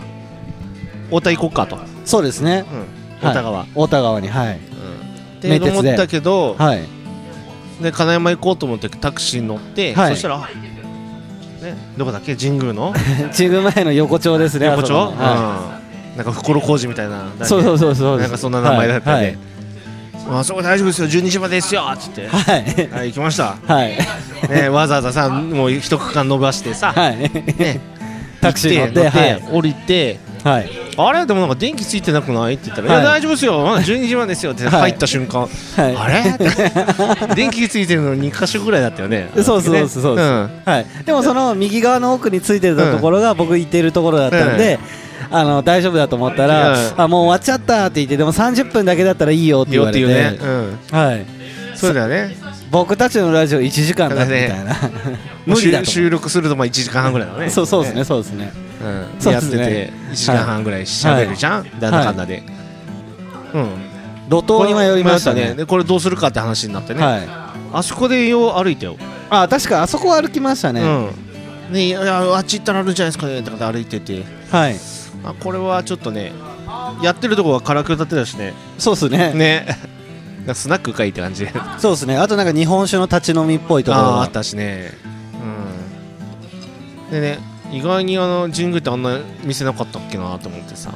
Speaker 3: 太田行こうかと、うん、
Speaker 2: そうですね
Speaker 3: 太田川、
Speaker 2: はい太田川にはい
Speaker 3: うん、っ
Speaker 2: 名
Speaker 3: て
Speaker 2: 鉄で
Speaker 3: 思ったけど、
Speaker 2: はい
Speaker 3: で金山行こうと思ってタクシーに乗って、
Speaker 2: はい
Speaker 3: そしたら、あね、どこだっけ神宮の
Speaker 2: チグ前の横丁ですね。
Speaker 3: 横丁、
Speaker 2: あそこは
Speaker 3: うん、なんか袋小路みたいな、
Speaker 2: い。そうそうそうそう。
Speaker 3: なんかそんな名前だった
Speaker 2: はい
Speaker 3: ね。あそこ大丈夫ですよ12時までですよっつって
Speaker 2: はい。はい
Speaker 3: はい行きました
Speaker 2: はい。
Speaker 3: ねわざわざさもう一区間伸ばしてさ
Speaker 2: はい。
Speaker 3: ね
Speaker 2: タクシー乗って
Speaker 3: 行降りて
Speaker 2: はい。
Speaker 3: あれでもなんか電気ついてなくないって言ったら「いや
Speaker 2: はい
Speaker 3: 大丈夫ですよまだ12時までですよ」って
Speaker 2: はい
Speaker 3: 入った瞬間
Speaker 2: はい
Speaker 3: あれ電気ついてるの2箇所ぐらいだったよね
Speaker 2: そうそうそうそう。
Speaker 3: ん
Speaker 2: はい。でもその右側の奥についてたところが僕いてるところだったんで。あの大丈夫だと思ったら、
Speaker 3: うん
Speaker 2: あもう終わっちゃったって言ってでも30分だけだったらいいよって
Speaker 3: いい
Speaker 2: 言
Speaker 3: よ
Speaker 2: わ
Speaker 3: っ
Speaker 2: れ
Speaker 3: て
Speaker 2: て
Speaker 3: いうねうん
Speaker 2: はい、
Speaker 3: そうだよね
Speaker 2: 僕たちのラジオ1時間だみたいな 無理だと
Speaker 3: 収録するとまあ1時間半ぐらいだね
Speaker 2: そうそうですねそうですね
Speaker 3: うん
Speaker 2: そう
Speaker 3: や
Speaker 2: で
Speaker 3: って
Speaker 2: すね
Speaker 3: て1時間半ぐらいしゃべるじゃんなんだかんだでうん
Speaker 2: 路頭に迷いましたね
Speaker 3: でこれどうするかって話になってね、
Speaker 2: はい
Speaker 3: あそこでよう歩いたよ、
Speaker 2: あ確かあそこは歩きましたね、
Speaker 3: うんねいやあっち行ったらあるんじゃないですかねとかって歩いてて
Speaker 2: はい
Speaker 3: あこれはちょっとねやってるとこはカラクリだってたしね
Speaker 2: そうですね
Speaker 3: ね なんかスナックかいって感じあ
Speaker 2: そうですねあとなんか日本酒の立ち飲みっぽいところ
Speaker 3: あ
Speaker 2: が
Speaker 3: あったしねうんでね意外にあの神宮ってあんな店なかったっけなと思ってさ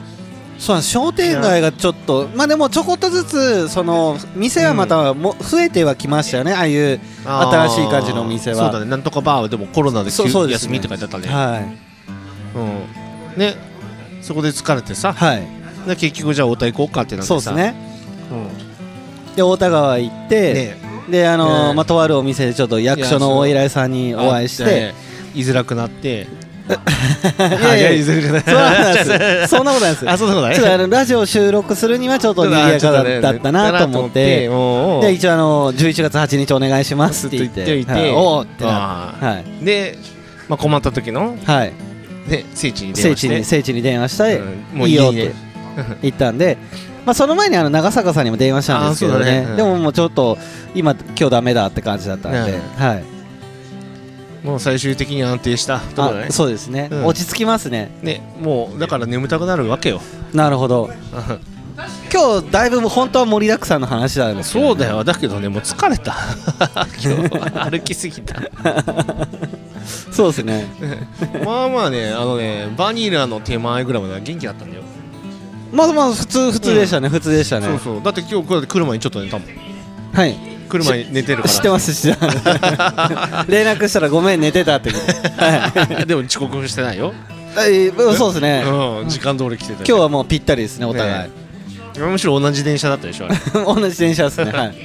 Speaker 2: そうなんです商店街がちょっとまあでもちょこっとずつその店はまたも、増えてはきましたよねああいう
Speaker 3: あー
Speaker 2: 新しい感じのお店は
Speaker 3: そうだねなんとかバーはでもコロナで
Speaker 2: そ
Speaker 3: 休
Speaker 2: うそうです
Speaker 3: 休
Speaker 2: ね
Speaker 3: みって書いてあったね、
Speaker 2: はい
Speaker 3: うんねそこで疲れてさ
Speaker 2: はい
Speaker 3: で結局じゃあ太田行こうかってなって
Speaker 2: そ
Speaker 3: さ
Speaker 2: うです、ね
Speaker 3: うん
Speaker 2: で太田川行って、
Speaker 3: ね
Speaker 2: であのー
Speaker 3: ね
Speaker 2: まあとあるお店でちょっと役所のお依頼さんにお会いし
Speaker 3: 会って居づらくなって
Speaker 2: いやいや
Speaker 3: 居づらく
Speaker 2: そうなん ですそんなことないです
Speaker 3: あそうなんだね
Speaker 2: ちょっとあのラジオ収録するにはちょっと賑やかだだったなと思って
Speaker 3: もう
Speaker 2: で一応あの11月8日お願いしますって言って
Speaker 3: ずっと言っ
Speaker 2: はい
Speaker 3: ておいて
Speaker 2: おーってな
Speaker 3: あ
Speaker 2: はい
Speaker 3: ーで、まあ、困った時の、
Speaker 2: はい、
Speaker 3: ね、聖地に電
Speaker 2: 聖
Speaker 3: 話し
Speaker 2: 地
Speaker 3: て
Speaker 2: に聖地に電話したい、
Speaker 3: うん
Speaker 2: いいよっ
Speaker 3: ね
Speaker 2: て言ったんで、まあ、その前にあの長坂さんにも電話したんですけど
Speaker 3: あーそうだ
Speaker 2: ね
Speaker 3: ねうん
Speaker 2: でももうちょっと今今日ダメだって感じだったんで、
Speaker 3: うん
Speaker 2: はい
Speaker 3: もう最終的に安定したところだね
Speaker 2: あそうですね、
Speaker 3: うん
Speaker 2: 落ち着きますね
Speaker 3: ねもうだから眠たくなるわけよ
Speaker 2: なるほど今日だいぶ本当は盛りだくさんの話なんですけど
Speaker 3: そうだよだけどねもう疲れた 今日歩きすぎた
Speaker 2: そうですね
Speaker 3: まあまあねあのねバニラの手前ぐらいまでは元気だったんだよ、
Speaker 2: まあまあ普通普通でしたね、普通でしたね
Speaker 3: そうそうだって今日こうやって来る前にちょっと寝たもん
Speaker 2: はい
Speaker 3: 車に寝てるから
Speaker 2: 知ってます知 ってます連絡したらごめん寝てたっては
Speaker 3: でも遅刻してないよ、
Speaker 2: い、はい、そうですね、
Speaker 3: うん、時間通り来てた
Speaker 2: 今日はもうぴったりですねお互い、
Speaker 3: ね日むしろ同じ電車だったでしょあれ
Speaker 2: 同じ電車ですね、はい、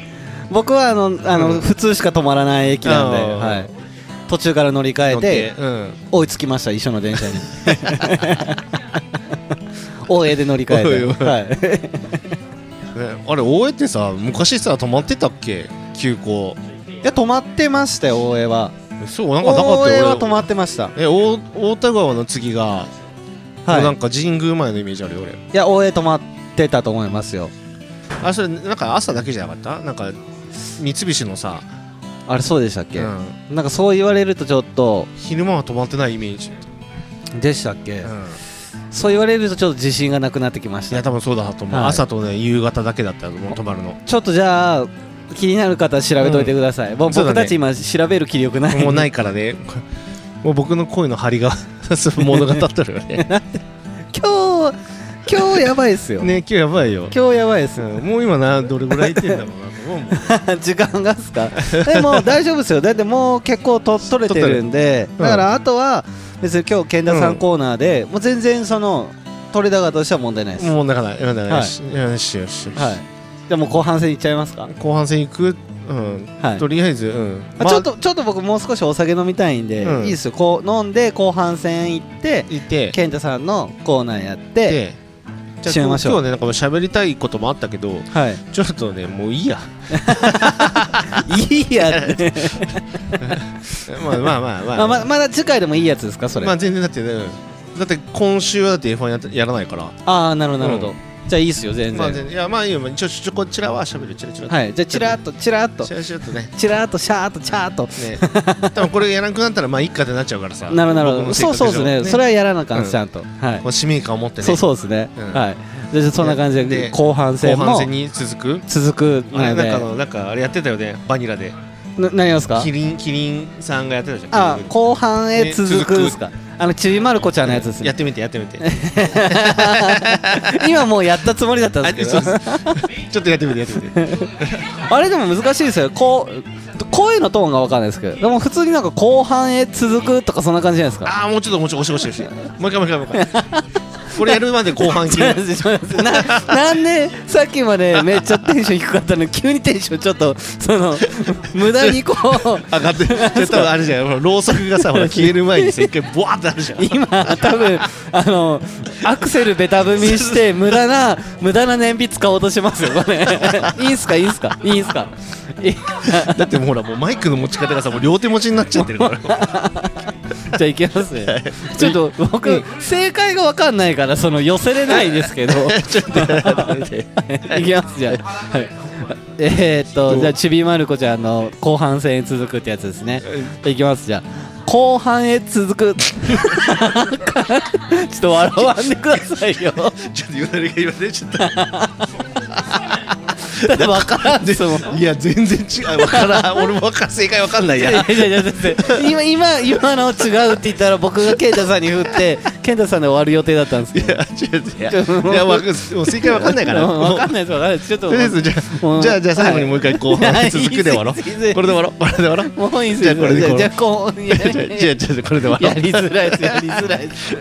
Speaker 2: 僕はあのあの、
Speaker 3: うん
Speaker 2: 普通しか止まらない駅なんで、
Speaker 3: あー
Speaker 2: はい、途中から乗り換えて
Speaker 3: 乗って
Speaker 2: 追いつきました一緒の電車に 大江で乗り換
Speaker 3: おいおい
Speaker 2: えて、はい、
Speaker 3: うんねあれ大江ってさ昔さ泊まってたっけ急行
Speaker 2: いや止まってましたよ大江は
Speaker 3: そうなんかなかっ
Speaker 2: 大
Speaker 3: た
Speaker 2: 江
Speaker 3: よ
Speaker 2: は止まってました、
Speaker 3: 俺え大大田川の次が、もうな
Speaker 2: は
Speaker 3: んか神宮前のイメージあるよ俺
Speaker 2: い、いや大江止まってたと思いますよ
Speaker 3: あそれなんか朝だけじゃなかったなんか三菱のさ
Speaker 2: あれそうでしたっけ、
Speaker 3: うん
Speaker 2: なんかそう言われるとちょっと
Speaker 3: 昼間は止まってないイメージ、
Speaker 2: でしたっけ、
Speaker 3: うん
Speaker 2: そう言われるとちょっと自信がなくなってきまし
Speaker 3: いや
Speaker 2: た
Speaker 3: 多分そうだと思う、
Speaker 2: はい
Speaker 3: 朝とね夕方だけだったと思う止まるの
Speaker 2: ちょっとじゃあ気になる方は調べといてください、もう
Speaker 3: そうだ
Speaker 2: 僕
Speaker 3: ね
Speaker 2: たち今調べる気力ない
Speaker 3: もうないから ねこれもう僕の声の張りが 物語ってるよ ね
Speaker 2: 今日今日やばいっすよ、
Speaker 3: ね今日やばいよ、
Speaker 2: 今日やばいっす
Speaker 3: う
Speaker 2: よ
Speaker 3: んもう今などれぐらいいってんだろうなと思うも ん
Speaker 2: 時間がっすかでも大丈夫ですよだってもう結構と取れてるんで
Speaker 3: 取れてる
Speaker 2: だからあとは別に今日健太さんコーナーで、もう全然その取れ高としては問題ないです、
Speaker 3: もうだからだから
Speaker 2: はい
Speaker 3: よしよしよしよし
Speaker 2: はいじゃあもう後半戦いっちゃいますか
Speaker 3: 後半戦行く、うん
Speaker 2: はい
Speaker 3: とりあえず、うん
Speaker 2: あ
Speaker 3: まあ
Speaker 2: ちょっとちょっと僕もう少しお酒飲みたいんで、
Speaker 3: うん
Speaker 2: いいですよこう飲んで後半戦行って
Speaker 3: いて
Speaker 2: 健太さんのコーナーやって
Speaker 3: で
Speaker 2: 締めましょう
Speaker 3: 今日はねなんか喋りたいこともあったけど
Speaker 2: はい
Speaker 3: ちょっとねもういいや
Speaker 2: いいや って
Speaker 3: まあまあまあまあ、
Speaker 2: あままだ次回でもいいやつですかそれ、
Speaker 3: まあ全然だってねだって今週はだって F1 やってやらないから
Speaker 2: ああなるほどなるほど、
Speaker 3: う
Speaker 2: じゃあいいっすよ全然,、
Speaker 3: まあ全然いやまあいいよまあちょちょこちらは喋るちらちら
Speaker 2: はいじゃあチラッとチラッと
Speaker 3: ちらちらっとね
Speaker 2: チラッとシャーッとチャーッと
Speaker 3: ね多分これやらなくなったらまあいっか ってなっちゃうからさ
Speaker 2: なるほどなる
Speaker 3: 僕
Speaker 2: ほど
Speaker 3: の性
Speaker 2: そう
Speaker 3: 格
Speaker 2: そうですね
Speaker 3: 上
Speaker 2: それはやらなあかん、
Speaker 3: うん
Speaker 2: ちゃんとはい、
Speaker 3: もう使命感を持ってね
Speaker 2: そうそうですね、
Speaker 3: うん
Speaker 2: はいじゃあそんな感じで
Speaker 3: で
Speaker 2: 後半
Speaker 3: 後
Speaker 2: 戦
Speaker 3: 半
Speaker 2: も
Speaker 3: 戦に続く
Speaker 2: 続く
Speaker 3: あ
Speaker 2: の
Speaker 3: れなんかあ
Speaker 2: で
Speaker 3: のなんかあれやってたよねバニラで
Speaker 2: な何がですか
Speaker 3: キリンキリンさんがやってたじゃ
Speaker 2: あ
Speaker 3: んキリン
Speaker 2: 後半へ
Speaker 3: ね
Speaker 2: 続くですか、あのちびまる子ちゃんのやつです
Speaker 3: や
Speaker 2: ね
Speaker 3: ってみてやってみ て
Speaker 2: 今もうやったつもりだったんですけ
Speaker 3: あ
Speaker 2: ど
Speaker 3: そうですちょっとやってみてやってみ て
Speaker 2: あれでも難しいですよこう声のトーンが分かんないですけどでも普通になんか後半へ続くとかそんな感じじゃないですか
Speaker 3: ああもうちょっともうちょっと押し押し押しもう一回もう一回もう一回 これやるまで後半切
Speaker 2: ちょっ
Speaker 3: る
Speaker 2: と待ってななんでさっきまでめっちゃテンション低かったのに急にテンションちょっとその無駄にこう
Speaker 3: 上がってる多分あるじゃんほらろうそくがさ ほら消える前にさ一回ボワーってあるじゃん
Speaker 2: 今多分あのアクセルベタ踏みして無駄な無駄な燃費使おうとしますよこれいいんすかいいんすかいいんすかいい
Speaker 3: だってもうほらもうマイクの持ち方がさもう両手持ちになっ ちゃってるから
Speaker 2: じゃあいきますねちょっと僕、正解がわかんないからその寄せれないですけど
Speaker 3: ちょっと
Speaker 2: いきますじゃあ、はい、えー、っとじゃあちびまる子ちゃんの後半戦へ続くってやつですねいきますじゃあ後半へ続く ちょっと笑わんでくださいよ
Speaker 3: ちょっとよだれが言われちゃっ
Speaker 2: だってわからんですもん
Speaker 3: たいや全然違うわから ん俺もわか正解わかんない
Speaker 2: いや
Speaker 3: や
Speaker 2: いやいやだって今今今の違うって言ったら僕が健太さんに振って健太さんで終わる予定だったんですけど
Speaker 3: いやちょっといや
Speaker 2: ちょっと
Speaker 3: いやわかもう正解わかんないから
Speaker 2: うんわか
Speaker 3: と
Speaker 2: んないですわかんないですちょっと
Speaker 3: りあえずじゃ
Speaker 2: もう
Speaker 3: あじゃあじゃあ最後にもう一回後半
Speaker 2: はい
Speaker 3: 続くで終わろう
Speaker 2: いいで
Speaker 3: こ
Speaker 2: すいい
Speaker 3: れ
Speaker 2: です
Speaker 3: で終わろうこれで終わろ う
Speaker 2: もういいです
Speaker 3: じゃ
Speaker 2: よ
Speaker 3: あこれで
Speaker 2: じゃ
Speaker 3: こ
Speaker 2: あ
Speaker 3: う
Speaker 2: じゃあこういやいやいや
Speaker 3: じゃあじゃあこれで終わろう
Speaker 2: やりづらいですやりづらいです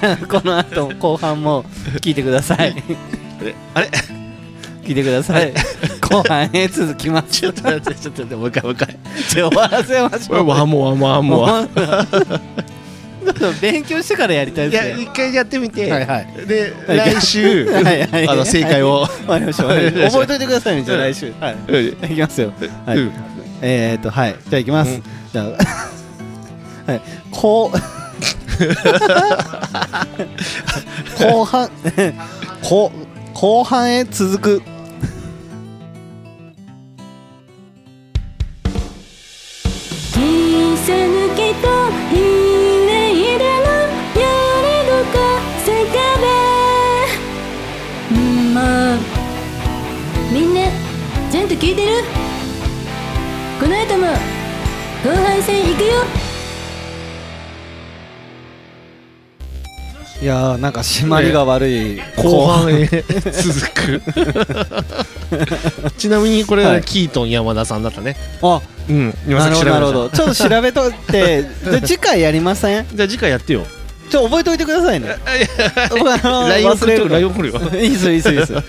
Speaker 2: じゃあこの後も後半も聞いてください
Speaker 3: あれ
Speaker 2: 聞いてください後半へ続きます
Speaker 3: ちょっと待ってちょっと待ってもう一回もう一回
Speaker 2: じゃあ終わらせましょう
Speaker 3: わもわもわもわ
Speaker 2: もうちょっと勉強してからやりたい
Speaker 3: い
Speaker 2: です
Speaker 3: や
Speaker 2: ね
Speaker 3: 一回やってみて
Speaker 2: はいは
Speaker 3: で
Speaker 2: はい
Speaker 3: 来週
Speaker 2: はいはい
Speaker 3: あの正解を
Speaker 2: わかりましたわかりました覚えといてくださいねじゃあ来週はい
Speaker 3: うん
Speaker 2: いきますよはい、
Speaker 3: うん
Speaker 2: えー、っとはいじゃあ いきます、
Speaker 3: うん
Speaker 2: じゃあはいこう後半 こう後半へ続く
Speaker 4: 「傾さ抜けたひねいでのやれのかせかべ」んーもうみんなちゃんと聞いてるこの後も後半戦行くよ
Speaker 2: いやーなんか締まりが悪い
Speaker 3: 後半へ続く ちなみにこれ
Speaker 2: は
Speaker 3: はいキートン山田さんだったね
Speaker 2: あ
Speaker 3: うん今
Speaker 2: な
Speaker 3: さ
Speaker 2: る
Speaker 3: っ
Speaker 2: ほ
Speaker 3: き
Speaker 2: どなるほど
Speaker 3: 調べまし
Speaker 2: ちょっと調べといてで次回やりません
Speaker 3: たじゃあ次回やってよ
Speaker 2: ちょっと覚えておいてくださいね僕あの
Speaker 3: LINE
Speaker 2: 忘
Speaker 3: 送っ
Speaker 2: れ
Speaker 3: て
Speaker 2: る
Speaker 3: よ
Speaker 2: から
Speaker 3: LINE 送るよ
Speaker 2: いいですよいいですよいいですよ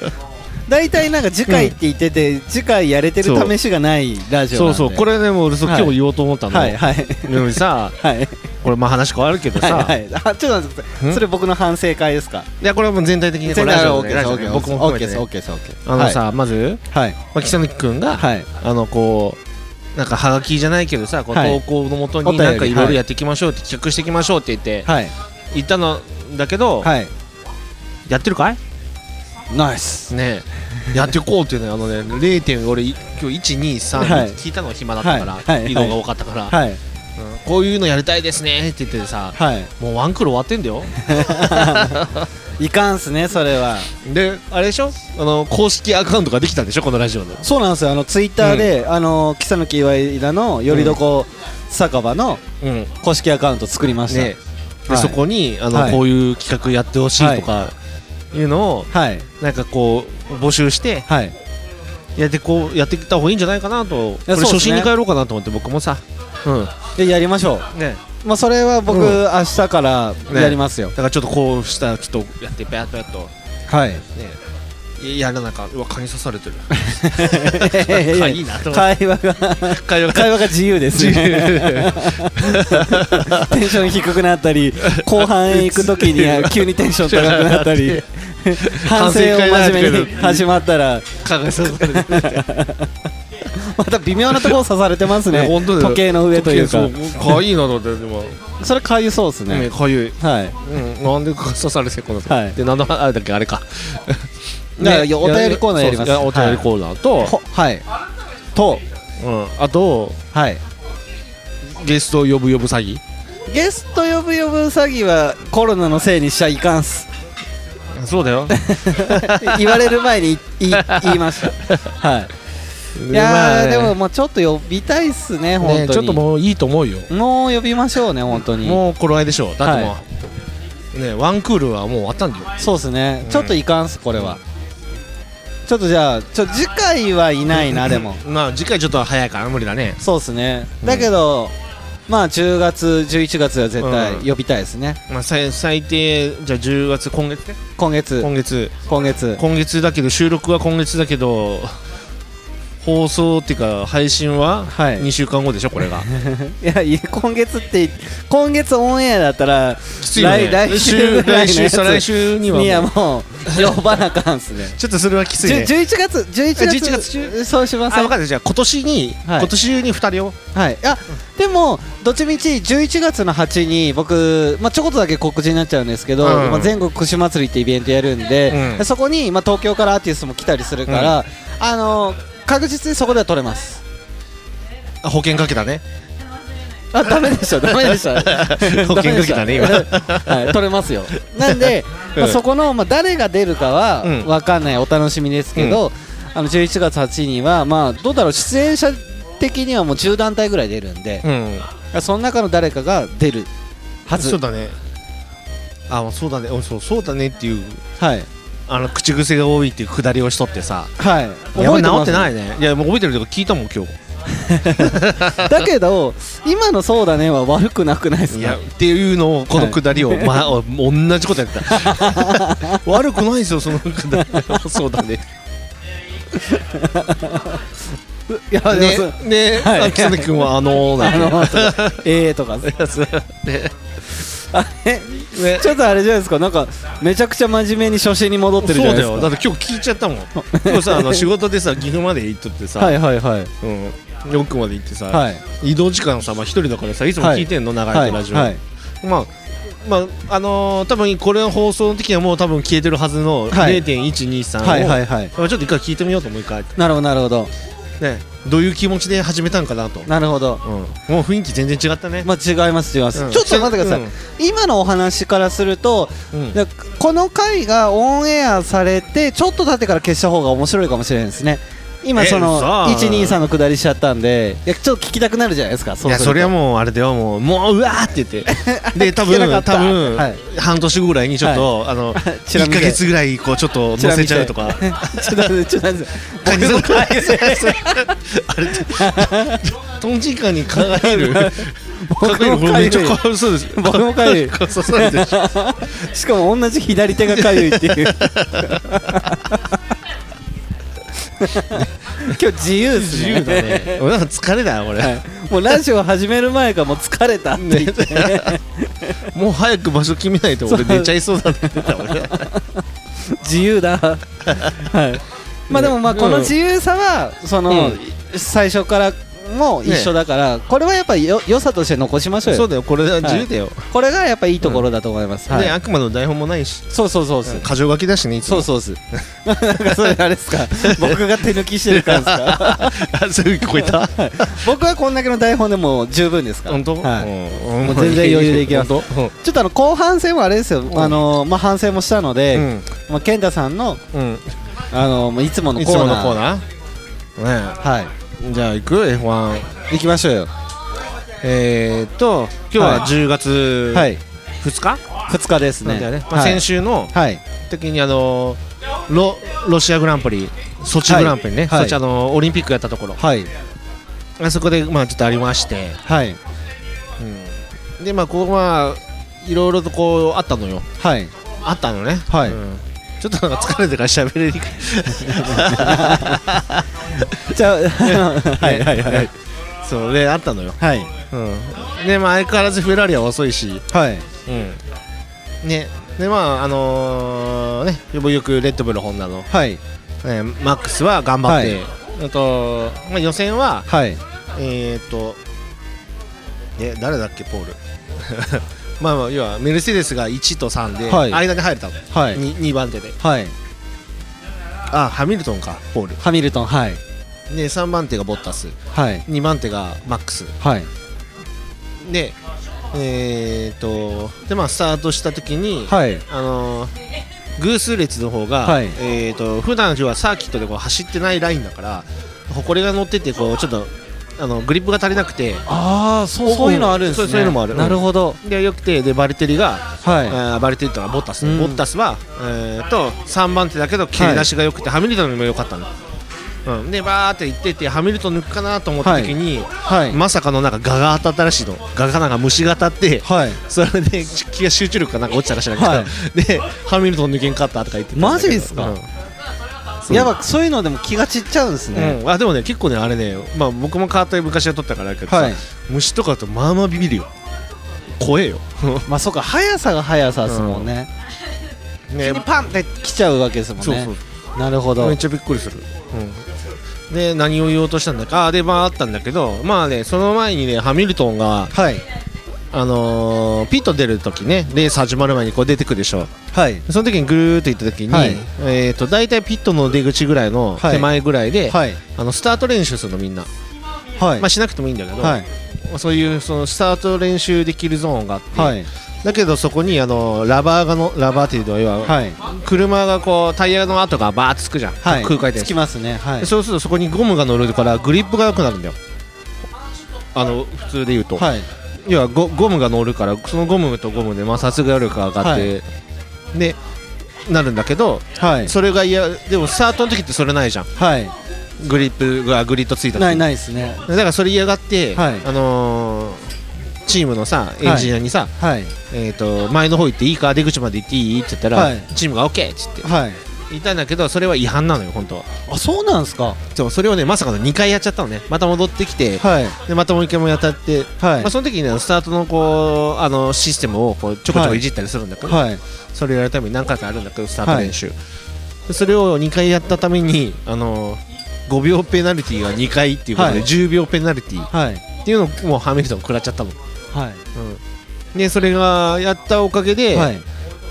Speaker 2: 大体なんか次回って言ってて、次回やれてる試しがないラ ジオ
Speaker 3: そ
Speaker 2: なんで
Speaker 3: うそうこれねもう俺そう
Speaker 2: はい
Speaker 3: 今日言おうと思ったの
Speaker 2: はいはい
Speaker 3: なのにさ
Speaker 2: はい
Speaker 3: これまあ話変わるけど
Speaker 2: はいは
Speaker 3: さ
Speaker 2: いあちょっと待ってください
Speaker 3: ん
Speaker 2: それ僕の反省会ですか
Speaker 3: いやこれはもう全体的にこ
Speaker 2: 全
Speaker 3: れ
Speaker 2: 然
Speaker 3: ラジオ
Speaker 2: あ
Speaker 3: だ
Speaker 2: の
Speaker 3: ね
Speaker 2: OK
Speaker 3: ラジ
Speaker 2: で
Speaker 3: オ
Speaker 2: す
Speaker 3: だね僕も
Speaker 2: OK
Speaker 3: 含め
Speaker 2: で
Speaker 3: て
Speaker 2: す
Speaker 3: ね
Speaker 2: OK です OK です
Speaker 3: あのさまず
Speaker 2: はい
Speaker 3: まあ、北貫君が、
Speaker 2: はい
Speaker 3: あのこうなんかはがきじゃないけどさこう
Speaker 2: はい
Speaker 3: 投稿のもと
Speaker 2: お便
Speaker 3: に
Speaker 2: り
Speaker 3: なんかいろい
Speaker 2: は
Speaker 3: ろ
Speaker 2: い
Speaker 3: やっていきましょうって、企画していきましょうって言って
Speaker 2: はい
Speaker 3: 言ったのだけど、
Speaker 2: はい
Speaker 3: やってるかい
Speaker 2: ナイス
Speaker 3: ねやっていこうっていうねあのね0点俺い今日123
Speaker 2: はい
Speaker 3: 聞いたのが暇だったから、
Speaker 2: はいはい
Speaker 3: 移動が多かったから、
Speaker 2: はい
Speaker 3: うんこういうのやりたいですねって言ってさ
Speaker 2: はい
Speaker 3: もうワンクール終わってんだよ
Speaker 2: いかんすねそれは
Speaker 3: であれでしょあの公式アカウントができたんでしょこのラジオの
Speaker 2: そうなんですよあのツイッターで、あの木更木岩井田のよりどこ酒場の
Speaker 3: うん
Speaker 2: 公式アカウント作りました、
Speaker 3: ねで
Speaker 2: はい
Speaker 3: そこにあの、
Speaker 2: はい
Speaker 3: こういう企画やってほしいとか、い、うのを
Speaker 2: はい
Speaker 3: なんかこう募集して
Speaker 2: はい
Speaker 3: やってこうやっていった方がいいんじゃないかなと、こ
Speaker 2: や
Speaker 3: れ
Speaker 2: そうですね
Speaker 3: 初心に帰ろうかなと思って僕もさ、う
Speaker 2: でやりましょう、
Speaker 3: んね、
Speaker 2: まあ、それは僕、
Speaker 3: うん
Speaker 2: 明日からやりますよ、
Speaker 3: だからちょっとこうしたらちょっとやってペやっとやっと
Speaker 2: はい
Speaker 3: ねやらなんかうわ蚊に刺されてる
Speaker 2: いや
Speaker 3: いいなと思って
Speaker 2: 会話が
Speaker 3: 会話が
Speaker 2: 会話が自由ですねテンション低くなった り後半へ行く時には急にテンション高くなった り反省を真面目に始まったら
Speaker 3: 蚊が刺され てる
Speaker 2: また微妙なところ刺されてます ね
Speaker 3: ね本当だよ
Speaker 2: 時計の上というか
Speaker 3: そうかいいなと思ってでも
Speaker 2: それかゆそうですね、
Speaker 3: ねかゆい
Speaker 2: はい
Speaker 3: うんなんで刺されてこの
Speaker 2: はい
Speaker 3: で何の話あれだっけあれか
Speaker 2: だからお便りコーナーやります
Speaker 3: そうそうお便りコーナーと
Speaker 2: ほはいと
Speaker 3: うんあと
Speaker 2: はい
Speaker 3: ゲストを呼ぶ呼ぶ詐欺
Speaker 2: ゲスト呼ぶ呼ぶ詐欺はコロナのせいにしちゃいかんっす
Speaker 3: そう だよ
Speaker 2: 言われる前に言い言いましたはいいやーでももうちょっと呼びたいっすね本当に、
Speaker 3: ねちょっともういいと思うよ
Speaker 2: もう呼びましょうね本当に
Speaker 3: もう頃合いでしょだってもうねワンクールはもう終わったんだよ
Speaker 2: そうですね、
Speaker 3: うん
Speaker 2: ちょっといかんっすこれはちょっとじゃあちょ次回はいないなでも
Speaker 3: まあ次回ちょっと早いから無理だね
Speaker 2: そうですね
Speaker 3: うん
Speaker 2: だけど、まあ10月11月は絶対
Speaker 3: うん
Speaker 2: 呼びたいですね、
Speaker 3: まあ最最低じゃあ10月今月ね
Speaker 2: 今月
Speaker 3: 今月
Speaker 2: 今月
Speaker 3: 今月だけど収録は今月だけど放送っていうか配信は
Speaker 2: はい
Speaker 3: 2週間後でしょこ れが
Speaker 2: いやいや今月って今月オンエアだったら
Speaker 3: きついよね
Speaker 2: 来来週
Speaker 3: 週来
Speaker 2: ぐらいのや
Speaker 3: 週
Speaker 2: つ
Speaker 3: 再来週にはもう
Speaker 2: にはもう呼ばなあかんっすね
Speaker 3: ちょっとそれはきつい
Speaker 2: じゅ
Speaker 3: ね
Speaker 2: 11月11月
Speaker 3: 11月中
Speaker 2: そうし
Speaker 3: あ
Speaker 2: ます
Speaker 3: 分かったじゃあ今年に、
Speaker 2: はい
Speaker 3: 今年中に2人を
Speaker 2: はい、あでも、どっちみち11月の8に僕、まあ、ちょこっとだけ告知になっちゃうんですけど、
Speaker 3: うん
Speaker 2: まあ、全国串祭りってイベントやるんで、
Speaker 3: うん
Speaker 2: そこに、まあ、東京からアーティストも来たりするから、あの確実にそこでは取れます。
Speaker 3: あ保険かけたね
Speaker 2: あダメでした、 ダメでした、
Speaker 3: 保険かけた ね今
Speaker 2: ダメでしたはい、取れますよ。なんで、まあ、
Speaker 3: うん
Speaker 2: そこの、まあ、誰が出るかは
Speaker 3: うん
Speaker 2: わかんない、お楽しみですけど、あの11月8には、まあ、どうだろう、出演者的にはもう10団体ぐらい出るんで。
Speaker 3: うん
Speaker 2: その中の誰かが出るはず
Speaker 3: そうだねあそうだねおそうそうだねっていう
Speaker 2: はい
Speaker 3: あの口癖が多いっていうくだりをしとってさ
Speaker 2: はい
Speaker 3: やばい治ってないいねいやもう覚えてるけど聞いたもん今日
Speaker 2: だけど今の「そうだね」は悪くなくないです
Speaker 3: い
Speaker 2: か
Speaker 3: やっていうのをこのくだりを、まあ、同じことやった 悪くないですよそのくだり そうだね
Speaker 2: いやで
Speaker 3: ね
Speaker 2: も
Speaker 3: ね
Speaker 2: はい
Speaker 3: あ木曽君はあの
Speaker 2: そうあ
Speaker 3: ー なんて
Speaker 2: の「ええ」とか
Speaker 3: やつね
Speaker 2: あれ
Speaker 3: ね
Speaker 2: ちょっとあれじゃないですかなんかめちゃくちゃ真面目に初心に戻ってるじゃ
Speaker 3: そう
Speaker 2: ない
Speaker 3: だ
Speaker 2: ですか
Speaker 3: よだって今日聞いちゃ ったもん今日さあの仕事でさ岐阜まで行っとってさ、
Speaker 2: はいはいはい
Speaker 3: うん、奥まで行ってさ、
Speaker 2: はい
Speaker 3: 移動時間さ、まあ、一人だからさいつも聞いてんの、長
Speaker 2: はいい
Speaker 3: ラジオ、
Speaker 2: はい
Speaker 3: まあまああのー、多分これの放送の時にはもう多分消えてるはずの
Speaker 2: はい
Speaker 3: 0.123を、
Speaker 2: はいはいはい
Speaker 3: まあちょっと一回聞いてみようともう一回
Speaker 2: なるほどなるほど
Speaker 3: ねどういう気持ちで始めたんかなと、うん、
Speaker 2: なるほど
Speaker 3: もう雰囲気全然違ったね、
Speaker 2: まあ違います違います、
Speaker 3: うん
Speaker 2: ちょっと待ってください、
Speaker 3: うん
Speaker 2: 今のお話からすると
Speaker 3: うん
Speaker 2: でこの回がオンエアされてちょっと経ってから消した方が面白いかもしれないですね今
Speaker 3: え
Speaker 2: その
Speaker 3: さあ
Speaker 2: 123の下りしちゃったんでいやちょっと聞きたくなるじゃないですかそ
Speaker 3: いうや
Speaker 2: す
Speaker 3: そ
Speaker 2: ると
Speaker 3: れはもうあれだよもうもううわーっ て言ってで多
Speaker 2: 聞けなか
Speaker 3: 分
Speaker 2: った
Speaker 3: 多分、
Speaker 2: はい
Speaker 3: 半年後ぐらいにちょっと、あの
Speaker 2: ちら
Speaker 3: 1
Speaker 2: 見て
Speaker 3: か月ぐらいこうちょっと乗せちゃうと
Speaker 2: ち
Speaker 3: か
Speaker 2: ょっと待ってちょっと 待って
Speaker 3: 感じそうあれ トンチンカンに輝える
Speaker 2: 僕
Speaker 3: 輝える
Speaker 2: も
Speaker 3: これめっちゃ
Speaker 2: 僕も
Speaker 3: かわいそう です
Speaker 2: 僕もかゆい
Speaker 3: かわいそうなんでしょ
Speaker 2: しかも同じ左手がかゆいって いう今日自由っす
Speaker 3: 自
Speaker 2: ね
Speaker 3: 由だね俺なんか疲れだよこれ、
Speaker 2: はいもうラジオ始める前からもう疲れたって言って
Speaker 3: もう早く場所決めないと俺寝ちゃいそうだね俺
Speaker 2: 自由だはいまあでもまあ
Speaker 3: うん
Speaker 2: この自由さはその、
Speaker 3: うん
Speaker 2: 最初からも一緒だから、これはやっぱりよ良さとして残しましょう
Speaker 3: そ
Speaker 2: よ
Speaker 3: うだよこれは自由だよ、
Speaker 2: これがやっぱいいところだと思います、はい
Speaker 3: ね、悪魔の台本もないし
Speaker 2: そうそうそうそう
Speaker 3: 箇条書きだしねいつ
Speaker 2: そ
Speaker 3: も
Speaker 2: うそうですなんかそれあれですか 僕が手抜きしてるからですか
Speaker 3: あそういう聞こえた
Speaker 2: 僕はこんだけの台本でもう十分ですから
Speaker 3: 本当、
Speaker 2: はい
Speaker 3: うん
Speaker 2: もう全然余裕でいけます
Speaker 3: 本当
Speaker 2: ちょっとあの後半戦はあれですよ、
Speaker 3: ん
Speaker 2: あのまあ、反省もしたの
Speaker 3: う
Speaker 2: で、
Speaker 3: ん
Speaker 2: まあ、健太さんの、
Speaker 3: うん、
Speaker 2: あのまあいつもの
Speaker 3: い
Speaker 2: コ
Speaker 3: つも
Speaker 2: ー
Speaker 3: の
Speaker 2: ナー
Speaker 3: コーナーね
Speaker 2: はい
Speaker 3: えじゃあ行く F1
Speaker 2: 行きましょうよ
Speaker 3: えー、っと今日は10月
Speaker 2: はい
Speaker 3: 2日
Speaker 2: 2日です
Speaker 3: な
Speaker 2: ね
Speaker 3: んだよね、まあ、
Speaker 2: はい
Speaker 3: 先週の
Speaker 2: はい
Speaker 3: 時にあのロロシアグランプリソチグランプリ
Speaker 2: は
Speaker 3: ね、
Speaker 2: いはい
Speaker 3: ソチあのオリンピックやったところ
Speaker 2: はい
Speaker 3: あそこでまあちょっとありまして、
Speaker 2: はい
Speaker 3: うん、でまあここはいろいろとこうあったのよ
Speaker 2: はい
Speaker 3: あったのね
Speaker 2: はい
Speaker 3: うんちょっとなんか疲れてから喋れにくい
Speaker 2: じゃあ はいはいはい
Speaker 3: そうであったのよ、
Speaker 2: はい
Speaker 3: うん、でまあ相変わらずフェラーリは遅いし、
Speaker 2: はい
Speaker 3: うん、ねでまああのーねよくよくレッドブルホンダの、
Speaker 2: はい
Speaker 3: えーマックスは頑張って、あと、まあ、予選は
Speaker 2: はい
Speaker 3: えー、っとえ誰だっけポール まあまあ要はメルセデスが1と3で、
Speaker 2: はい
Speaker 3: 間に入れたの、
Speaker 2: はい
Speaker 3: に2番手で
Speaker 2: はい
Speaker 3: あハミルトンかポール
Speaker 2: ハミルトンはい
Speaker 3: で3番手がボッタス
Speaker 2: はい
Speaker 3: 2番手がマックス
Speaker 2: はい
Speaker 3: でえー、っとでまあスタートした時に、
Speaker 2: はい
Speaker 3: あのー偶数列の方が、
Speaker 2: はい
Speaker 3: えー、と普段はサーキットでこう走ってないラインだから埃が乗っててこうちょっとあのグリップが足りなくて
Speaker 2: ああそうそういうのあるんです
Speaker 3: そう
Speaker 2: ね
Speaker 3: そういうのもある
Speaker 2: なるほど
Speaker 3: でよくてでバルテリが、
Speaker 2: はい
Speaker 3: あーバルテリとはボッタス、
Speaker 2: うん
Speaker 3: ボッタスは、えー、と3番手だけど蹴り出しが良くて、ハミルトンも良かったの、うん、でバーって行ってってハミルトン抜くかなと思った時に、
Speaker 2: はい
Speaker 3: まさかのなんかガが当たったらしいのガがなんか虫が当たって
Speaker 2: はい
Speaker 3: それで気が集中力がなんか落ちたらしいんだけど、
Speaker 2: は
Speaker 3: でハミルトン抜けんかったとか言ってたんだけど
Speaker 2: マジですか
Speaker 3: うんそう
Speaker 2: やっぱそういうのでも気が散っちゃうんですね
Speaker 3: うんあでもね結構ねあれね、まあ、僕もカートで昔は取ったからあれだけどさ、
Speaker 2: はい
Speaker 3: 虫とかだとまあまあビビるよ怖えよ
Speaker 2: まあそうか速さが速さですもんね
Speaker 3: ね
Speaker 2: 急にパンって来ちゃうわけですもん
Speaker 3: そう
Speaker 2: ね
Speaker 3: そう
Speaker 2: なるほど
Speaker 3: めっちゃびっくりする、うん、で何を言おうとしたんだかあーでまああったんだけどまあねその前にねハミルトンが
Speaker 2: はい
Speaker 3: あのーピット出るときねレース始まる前にこう出てくるでしょ
Speaker 2: はい
Speaker 3: その時にぐるーっと行った時に、
Speaker 2: はい
Speaker 3: えー、と大体ピットの出口ぐらいの
Speaker 2: はい
Speaker 3: 手前ぐらいで、
Speaker 2: はい
Speaker 3: あのスタート練習するのみんな、
Speaker 2: はい
Speaker 3: まあ、しなくてもいいんだけど、
Speaker 2: はい
Speaker 3: そういうそのスタート練習できるゾーンがあって、
Speaker 2: はい
Speaker 3: だけどそこにあのラバーがのラバーっていうのは要は、
Speaker 2: はい
Speaker 3: 車がこうタイヤの跡がバーッとつくじゃん、
Speaker 2: はい
Speaker 3: 空回転
Speaker 2: つきますねはい
Speaker 3: そうするとそこにゴムが乗るからグリップが良くなるんだよあの普通で言うと、
Speaker 2: はい
Speaker 3: 要はゴゴムが乗るからそのゴムとゴムで摩擦があるか上がって、でなるんだけど
Speaker 2: はい
Speaker 3: それが嫌でもスタートの時ってそれないじゃん
Speaker 2: はい
Speaker 3: グリップがグリッドついた時
Speaker 2: ないないですね
Speaker 3: だからそれ嫌がって、
Speaker 2: はい
Speaker 3: あのーチームのさエンジニアにさ、
Speaker 2: はい
Speaker 3: えー、と前の方行っていいか出口まで行っていいって言ったら、
Speaker 2: はい
Speaker 3: チームが OK っつって
Speaker 2: はい
Speaker 3: 言ったんだけどそれは違反なのよ本当は
Speaker 2: あそうなんですか
Speaker 3: そうそれをねまさかの2回やっちゃったのねまた戻ってきて、
Speaker 2: はい
Speaker 3: でまたもう1回もやたって、
Speaker 2: はい
Speaker 3: まあ、その時にねスタートのこうあのシステムをこうちょこちょこいじったりするんだけど、
Speaker 2: はい
Speaker 3: それをやるために何回かあるんだけどスタート練習、でそれを2回やったためにあの5秒ペナルティーが2回っていうことで、
Speaker 2: はい
Speaker 3: 10秒ペナルティー
Speaker 2: はい
Speaker 3: っていうのをもうハミルトン食らっちゃったの、
Speaker 2: はい
Speaker 3: うん、でそれがやったおかげで、
Speaker 2: はい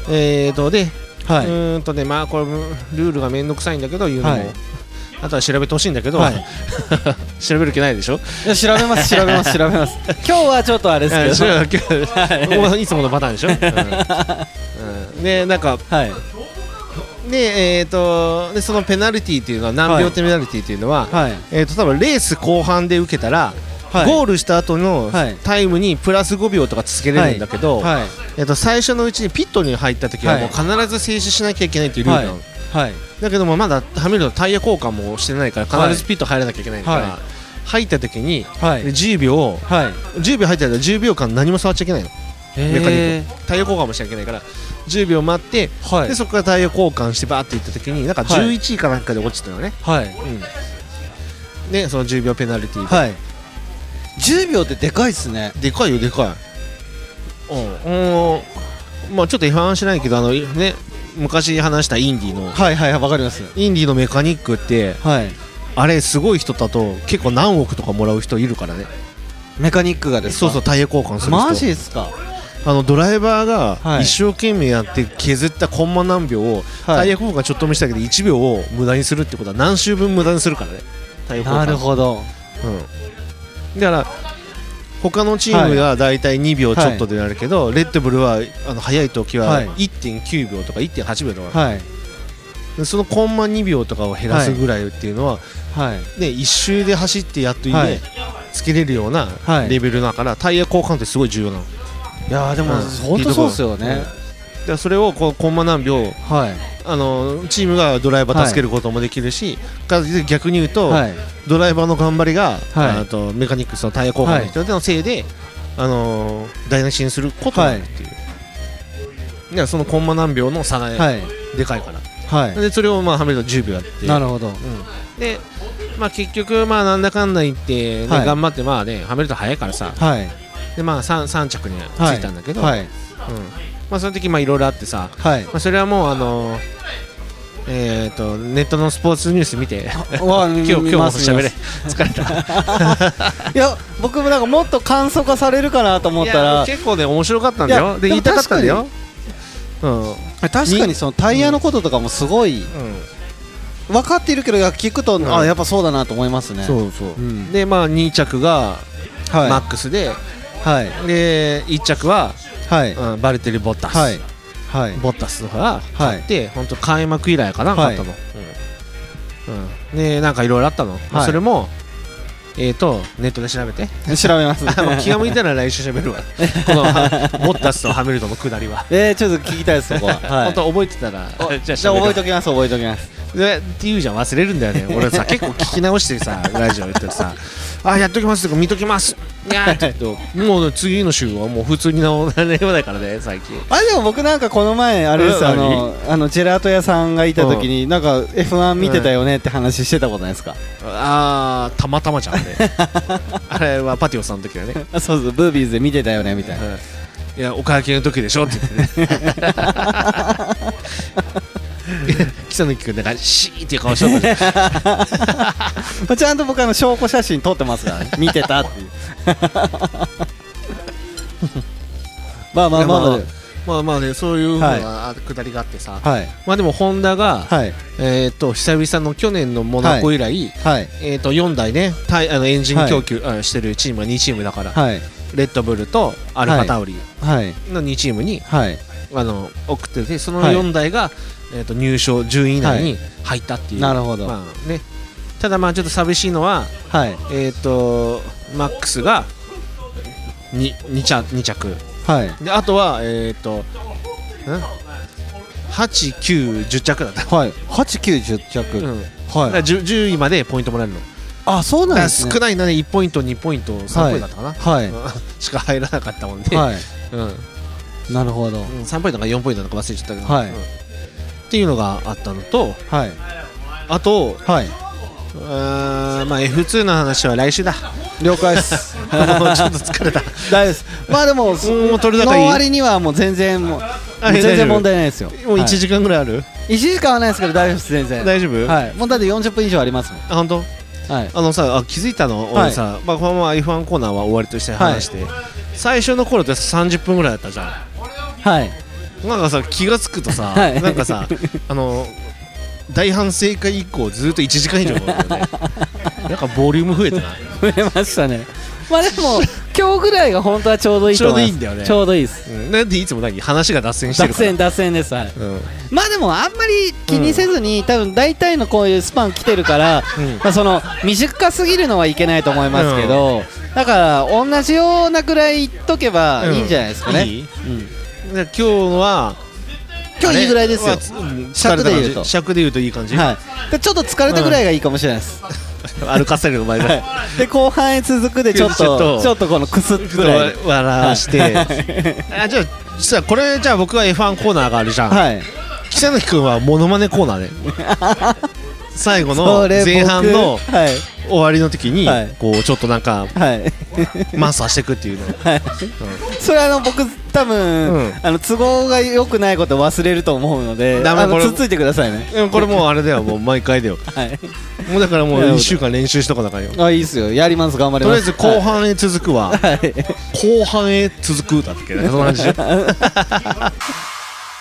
Speaker 3: えーとで
Speaker 2: は
Speaker 3: う
Speaker 2: い
Speaker 3: ーんとねまあこれもルールが面倒くさいんだけど言うのも、
Speaker 2: はい
Speaker 3: あとは調べてほしいんだけど、
Speaker 2: はい
Speaker 3: 調べる気ないでしょ
Speaker 2: いや調べます調べます調べ ます今日はちょっとあれ
Speaker 3: うん
Speaker 2: です
Speaker 3: 調
Speaker 2: け
Speaker 3: べ
Speaker 2: ど
Speaker 3: る気ないいつものパターンでしょ、うんうんでなんか
Speaker 2: はい
Speaker 3: でえー、とでそのペナルティーっていうのは何秒ペナルティーっていうのは、
Speaker 2: はい
Speaker 3: えー、と多分レース後半で受けたら、
Speaker 2: はい
Speaker 3: ゴールした後の
Speaker 2: はい
Speaker 3: タイムにプラス5秒とかつけれるんだけど、
Speaker 2: はい
Speaker 3: えー、と最初のうちにピットに入った時はもう必ず静止しなきゃいけないっていうルールなの、
Speaker 2: はい
Speaker 3: だけどもまだハミルトンタイヤ交換もしてないから
Speaker 2: はい
Speaker 3: 必ずピット入らなきゃいけないから、
Speaker 2: は
Speaker 3: 入った時に
Speaker 2: はい
Speaker 3: 10秒
Speaker 2: はい
Speaker 3: 10秒入ったら10秒間何も触っちゃいけないのメカニ
Speaker 2: へ
Speaker 3: ックタイヤ交換もしちゃいけないから10秒待って、
Speaker 2: ーはい
Speaker 3: でそこからタイヤ交換してバーっていった時になんか
Speaker 2: はい
Speaker 3: 11位かなんかで落ちたのね、
Speaker 2: はい
Speaker 3: うん、でその10秒ペナルティーで、
Speaker 2: はい10秒ってでかいっすね
Speaker 3: でかいよでかいうんうんまあちょっと違反はしないけどあのね昔話したインディの
Speaker 2: はいはいわかります
Speaker 3: インディのメカニックって
Speaker 2: はい
Speaker 3: あれすごい人だと結構何億とかもらう人いるからね
Speaker 2: メカニックがです
Speaker 3: そうそうタイヤ交換する人
Speaker 2: マジですか
Speaker 3: あのドライバーが
Speaker 2: はい
Speaker 3: 一生懸命やって削ったコンマ何秒を、
Speaker 2: はい
Speaker 3: タイヤ交換ちょっと見せたけど1秒を無駄にするってことは何周分無駄にするからねタイヤ交換
Speaker 2: なるほど
Speaker 3: うん、だから他のチームがだいたい2秒ちょっとでやるけど、レッドブルはあの早い時は
Speaker 2: はい
Speaker 3: 1.9秒とか1.8秒とか、
Speaker 2: はい
Speaker 3: でそのコンマ2秒とかを減らすぐらいっていうのは、
Speaker 2: はい
Speaker 3: ね、1周で走ってやっといいね、
Speaker 2: はい
Speaker 3: つけれるような
Speaker 2: はい
Speaker 3: レベルだから、タイヤ交換ってすごい重要なのだか
Speaker 2: いやーでも
Speaker 3: うん
Speaker 2: 本当そうですよね
Speaker 3: らそれをこうコンマ何秒
Speaker 2: はい
Speaker 3: あのチームがドライバー助けることもできるし、か逆に言うと、
Speaker 2: はい
Speaker 3: ドライバーの頑張りが、
Speaker 2: はい
Speaker 3: あとメカニックスのタイヤ交換の人のせいで、あのー台無しにすることになるっていう、だからそのコンマ何秒の差が、
Speaker 2: はい
Speaker 3: でかいから
Speaker 2: は
Speaker 3: でそれをまあはめると10秒やって
Speaker 2: いなるほど
Speaker 3: で、まあ、結局まあなんだかんだ言って、ね
Speaker 2: はい
Speaker 3: 頑張ってまあねはめると早いからさ
Speaker 2: はい
Speaker 3: でまあ 3, 三着につ
Speaker 2: はい
Speaker 3: いたんだけど、
Speaker 2: はい
Speaker 3: うんまあ、その時まあいろいろあってさ、
Speaker 2: はい
Speaker 3: まあ、それはもうあのーえー、とネットのスポーツニュース見て
Speaker 2: わあ
Speaker 3: 今
Speaker 2: 見
Speaker 3: 日今日
Speaker 2: 見
Speaker 3: も
Speaker 2: ます
Speaker 3: 喋れ
Speaker 2: 見ま
Speaker 3: 疲れ
Speaker 2: い
Speaker 3: た
Speaker 2: や僕もなんかもっと簡素化されるかなと思った
Speaker 3: い
Speaker 2: ら
Speaker 3: や結構ね面白かったんだ
Speaker 2: い
Speaker 3: よ
Speaker 2: や
Speaker 3: で
Speaker 2: で
Speaker 3: 言い
Speaker 2: も
Speaker 3: たかったんだよ
Speaker 2: 確
Speaker 3: うん、うん、
Speaker 2: 確かにそのタイヤのこととかもすごい分かっているけど聞くと
Speaker 3: ん
Speaker 2: あやっぱそうだなと思いますね
Speaker 3: そうそううんでまあ2着がマ
Speaker 2: は
Speaker 3: ックスで、
Speaker 2: いはい
Speaker 3: で1着は、
Speaker 2: はい
Speaker 3: うん、バルテリ・ボッタス、
Speaker 2: はいはい
Speaker 3: ボッタスの方が
Speaker 2: はい
Speaker 3: で本当開幕以来かな
Speaker 2: は
Speaker 3: 勝
Speaker 2: い
Speaker 3: ったの、うんうん、でなんかいろいろあったの、
Speaker 2: は
Speaker 3: まあ
Speaker 2: い
Speaker 3: それもえー、とネットで調べて
Speaker 2: 調べ ます
Speaker 3: あもう気が向いたら来週 喋るわこのボッタスとハミルトンの下りは、
Speaker 2: えーちょっと聞きたいですそこははい
Speaker 3: 本当覚えてたら
Speaker 2: お
Speaker 3: じ
Speaker 2: じ
Speaker 3: ゃ
Speaker 2: ゃあ
Speaker 3: あ喋るわ
Speaker 2: 覚えときます覚えときます
Speaker 3: でって言うじゃん忘れるんだよね俺さ結構聞き直して さラジオ言ってさ「あやっときます」とか「見とき ます」いやーって言うともう次の週はもう普通に直らないようだからね最近
Speaker 2: あでも僕なんかこの前あれで
Speaker 3: うん
Speaker 2: すあのあのジェラート屋さんがいた時になんか F1 見てたよねって話してたことないですか
Speaker 3: あーたまたまじゃん ねあれはパティオさんの時だね、
Speaker 2: あそうそうブービーズで見てたよねみ たいな
Speaker 3: うんいやお会計の時でしょ って言ってね北野木君なんかシーっていう顔しとったじゃん
Speaker 2: まあちゃんと僕あの証拠写真撮ってますから ね見てたっていうまあまあまあま
Speaker 3: まあまあねそういうふうな下りがあってさ、
Speaker 2: あはい
Speaker 3: まあでもホンダが、
Speaker 2: はい
Speaker 3: えー、と久々の去年のモナコ以来、
Speaker 2: はい
Speaker 3: えー、と4台ねタイあのエンジン供給、あしてるチームが2チームだから、
Speaker 2: はい
Speaker 3: レッドブルとアルファタオリ
Speaker 2: はい
Speaker 3: の2チームに、
Speaker 2: はい
Speaker 3: あの送っててその
Speaker 2: はい
Speaker 3: 4台が、えー、と入賞10位以内に入ったっていう、
Speaker 2: なるほど
Speaker 3: まあね、ただまあちょっと寂しいのは、
Speaker 2: はい
Speaker 3: えー、とマックスが 2, 2, 着2着
Speaker 2: はい
Speaker 3: であとは、えー、と8910着だった、
Speaker 2: はい8910着、
Speaker 3: うん、だか
Speaker 2: は
Speaker 3: ら
Speaker 2: い
Speaker 3: 10, 10位までポイントもらえるの。
Speaker 2: あそうなん
Speaker 3: だか
Speaker 2: で
Speaker 3: ら
Speaker 2: す
Speaker 3: 少
Speaker 2: ね
Speaker 3: ないなね1ポイント2ポイント3ポイントだったかな、
Speaker 2: はい
Speaker 3: うんしか入らなかったもんで、
Speaker 2: は
Speaker 3: うん
Speaker 2: いなるほど
Speaker 3: うん3ポイントか4ポイントとか忘れちゃったけど、
Speaker 2: はい
Speaker 3: うんっていうのがあったのと
Speaker 2: はい
Speaker 3: あと、
Speaker 2: はいう
Speaker 3: ーんまあ、F2 の話は来週だ
Speaker 2: 了解です
Speaker 3: もうちょっと疲 れた
Speaker 2: 大丈夫ですまあでもそ
Speaker 3: もう取れ
Speaker 2: の
Speaker 3: 高いい
Speaker 2: 割にはもう全然もう
Speaker 3: 大丈夫
Speaker 2: 全然問題ないですよ
Speaker 3: もう1
Speaker 2: 時
Speaker 3: 時間ぐらいある、
Speaker 2: 1時間はないですけど大丈夫です全然
Speaker 3: 大丈夫、
Speaker 2: はいもうだって40分以上ありますもん
Speaker 3: あ本当
Speaker 2: はい
Speaker 3: あのさあ気づいたの
Speaker 2: はい
Speaker 3: 俺さ、まあ、このまま F1 コーナーは終わりとして話して、最初の頃って30分ぐらいだったじゃん
Speaker 2: はい
Speaker 3: なんかさ気がつくとさ、
Speaker 2: はい
Speaker 3: なんかさあの大反省会以降ずっと1時間以上だ よねなんかボリューム増えたな
Speaker 2: 増えました ねまあでも今日ぐらいが本当はちょうどいいと思います
Speaker 3: ちょうどいいんだよね
Speaker 2: ちょうどいいです
Speaker 3: うんなんでいつも何話が脱線してる
Speaker 2: 脱
Speaker 3: から
Speaker 2: 線脱線ですはい
Speaker 3: うん
Speaker 2: まあでもあんまり気にせずに、多分大体のこういうスパン来てるから、
Speaker 3: うん
Speaker 2: まあ、その未熟化すぎるのはいけないと思いますけど、だから同じようなくらい言っとけばいいんじゃないですかね、
Speaker 3: いい
Speaker 2: うん
Speaker 3: で今日は
Speaker 2: 今日いいぐらいですよ
Speaker 3: あれはうん
Speaker 2: 尺で言うと
Speaker 3: 尺で言うといい感じ、
Speaker 2: はい、でちょっと疲れたぐらいがいいかもしれないです、
Speaker 3: 歩かせるお前が、
Speaker 2: はい、で後半へ続くでちょっ
Speaker 3: ちょっと
Speaker 2: とちょっとこのくすっ
Speaker 3: ち
Speaker 2: ぐ
Speaker 3: ょっと
Speaker 2: らい
Speaker 3: 笑笑わして、
Speaker 2: はい
Speaker 3: あじゃあ実はこれじゃあ僕は F1 コーナーがあるじゃん、
Speaker 2: はい
Speaker 3: 北野君はモノマネコーナーで最後の
Speaker 2: それ僕
Speaker 3: 前半の
Speaker 2: はい
Speaker 3: 終わりの時に、
Speaker 2: はい
Speaker 3: こうちょっとなんか
Speaker 2: はい
Speaker 3: マンスはしていくっていう ね、
Speaker 2: それはあの僕多分、
Speaker 3: うん
Speaker 2: あの都合が良くないことを忘れると思うので
Speaker 3: ダメ
Speaker 2: あの
Speaker 3: これ
Speaker 2: つっついてくださいね
Speaker 3: うん、これもうあれだよもう毎回だよ
Speaker 2: はい
Speaker 3: もうだからもう
Speaker 2: なるほど
Speaker 3: 1週間練習しとかなあかんよ
Speaker 2: あいいっすよやります頑張り
Speaker 3: とりあ
Speaker 2: ます
Speaker 3: えず後半へ続くは
Speaker 2: はいはい
Speaker 3: 後半へ続くだっけねその 話でしょ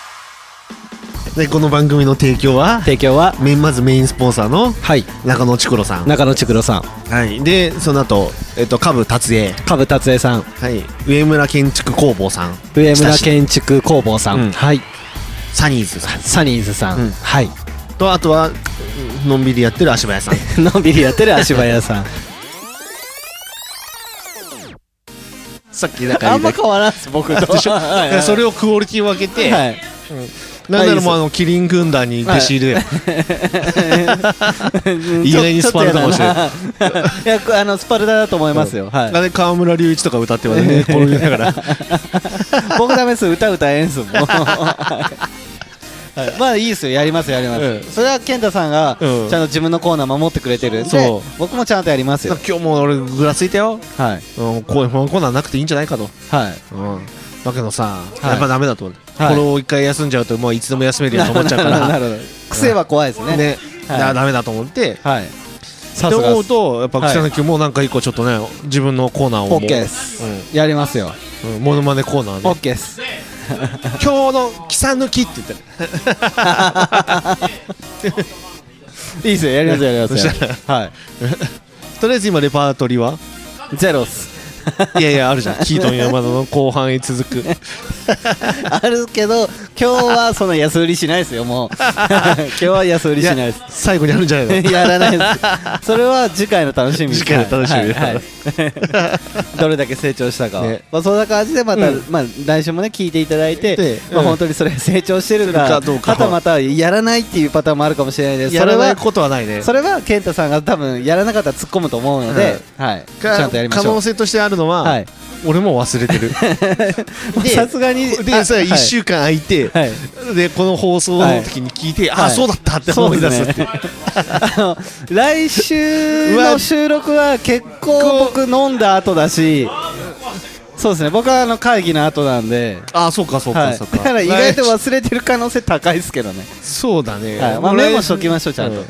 Speaker 3: でこの番組の提供は
Speaker 2: 提供は
Speaker 3: メインまずメインスポンサーの
Speaker 2: はい
Speaker 3: 中野ちくろさん、
Speaker 2: 中野ちくろさん
Speaker 3: はい、でその後、えっと下部達也、
Speaker 2: 株達也さん
Speaker 3: はい、上村建築工房さん
Speaker 2: 上村建築工房さん、
Speaker 3: うん
Speaker 2: はい
Speaker 3: サニーズさん
Speaker 2: サニーズさん、
Speaker 3: うん
Speaker 2: はい
Speaker 3: とあとはのんびりやってる 足早さん
Speaker 2: のんびりやってる足早さん
Speaker 3: さっきだ
Speaker 2: あんま変わらんっす僕と はいはい
Speaker 3: それをクオリティ分けて、
Speaker 2: はい
Speaker 3: なんならもう
Speaker 2: は
Speaker 3: あのキリン軍団に弟子入れだよ、
Speaker 2: 意
Speaker 3: 意外にスパルタかもしれない
Speaker 2: やこあのスパルタだと思いますよ、 はい
Speaker 3: あれ川村隆一とか歌って はね転げながら
Speaker 2: 僕ダメです歌歌えんす もんはいまあいいですよやりますやります、
Speaker 3: うん
Speaker 2: それは健太さんがち
Speaker 3: う
Speaker 2: ゃ
Speaker 3: ん
Speaker 2: んと自分のコーナー守ってくれてるんで
Speaker 3: そう
Speaker 2: 僕もちゃんとやりますよ
Speaker 3: 今日も俺ぐらついたよ、
Speaker 2: はい
Speaker 3: うん、こういうこのコーナーなくていいんじゃないかと、
Speaker 2: は
Speaker 3: うん、だけどさ、
Speaker 2: はい
Speaker 3: やっぱダメだと思う、
Speaker 2: はい
Speaker 3: これを一回休んじゃうともういつでも休め
Speaker 2: い
Speaker 3: るよと思っちゃうか
Speaker 2: な
Speaker 3: ら
Speaker 2: るほど癖は怖いですね
Speaker 3: ね、
Speaker 2: はい
Speaker 3: だダメだと思って
Speaker 2: はいさ
Speaker 3: って
Speaker 2: すが
Speaker 3: 思
Speaker 2: で
Speaker 3: う
Speaker 2: す
Speaker 3: とやっぱ草野球もなんか一個ちょっとね自分のコーナーをもう
Speaker 2: OK です、やりますよ
Speaker 3: うんうんモノマネコーナーで
Speaker 2: OK です
Speaker 3: 今日の草抜きって言った
Speaker 2: いいですよやりますよやりますよ
Speaker 3: そした
Speaker 2: は
Speaker 3: とりあえず今レパートリー はい
Speaker 2: ゼロっす
Speaker 3: いやいやあるじゃんキートン山田の後半へ 続く
Speaker 2: あるけど今日はその安売りしないですよ もう今日は安売りしないです
Speaker 3: や最後にあるんじゃないの
Speaker 2: やらないです。それは次回の楽しみです。
Speaker 3: 次回の楽しみ
Speaker 2: はいはいは いどれだけ成長したかを
Speaker 3: ね
Speaker 2: まあそんな感じでまた、
Speaker 3: うん
Speaker 2: まあ来週もね聞いていただい
Speaker 3: で
Speaker 2: て、まあ
Speaker 3: うん
Speaker 2: 本当にそれ成長してる
Speaker 3: する
Speaker 2: か
Speaker 3: かどうか
Speaker 2: はたまたやらないっていうパターンもあるかも しれないです。
Speaker 3: や
Speaker 2: それ
Speaker 3: らな
Speaker 2: はい
Speaker 3: ことはないね
Speaker 2: それは健太さんが多分やらなかったら突っ込むと思うので、はい、ち
Speaker 3: か
Speaker 2: ゃんとやりまし
Speaker 3: 可
Speaker 2: ょう
Speaker 3: 能。性としてあるのは、
Speaker 2: はい
Speaker 3: 俺も忘れてる
Speaker 2: まあさすがに
Speaker 3: でさ
Speaker 2: あ
Speaker 3: 1週間空いて、
Speaker 2: はいはい
Speaker 3: でこの放送の時に聞いて、
Speaker 2: は
Speaker 3: あ
Speaker 2: い
Speaker 3: そうだったって思い出すっていう
Speaker 2: そうですねあの来週の収録は結構僕飲んだ後だしそうですね僕はあの会議の後なんで
Speaker 3: あそうかそうか、
Speaker 2: はい、
Speaker 3: そう
Speaker 2: だから意外と
Speaker 3: 来
Speaker 2: 忘れてる可能性高いですけどね、
Speaker 3: そうだね、
Speaker 2: はいまあ、
Speaker 3: もう来
Speaker 2: メモしときましょうちゃんと、
Speaker 3: うん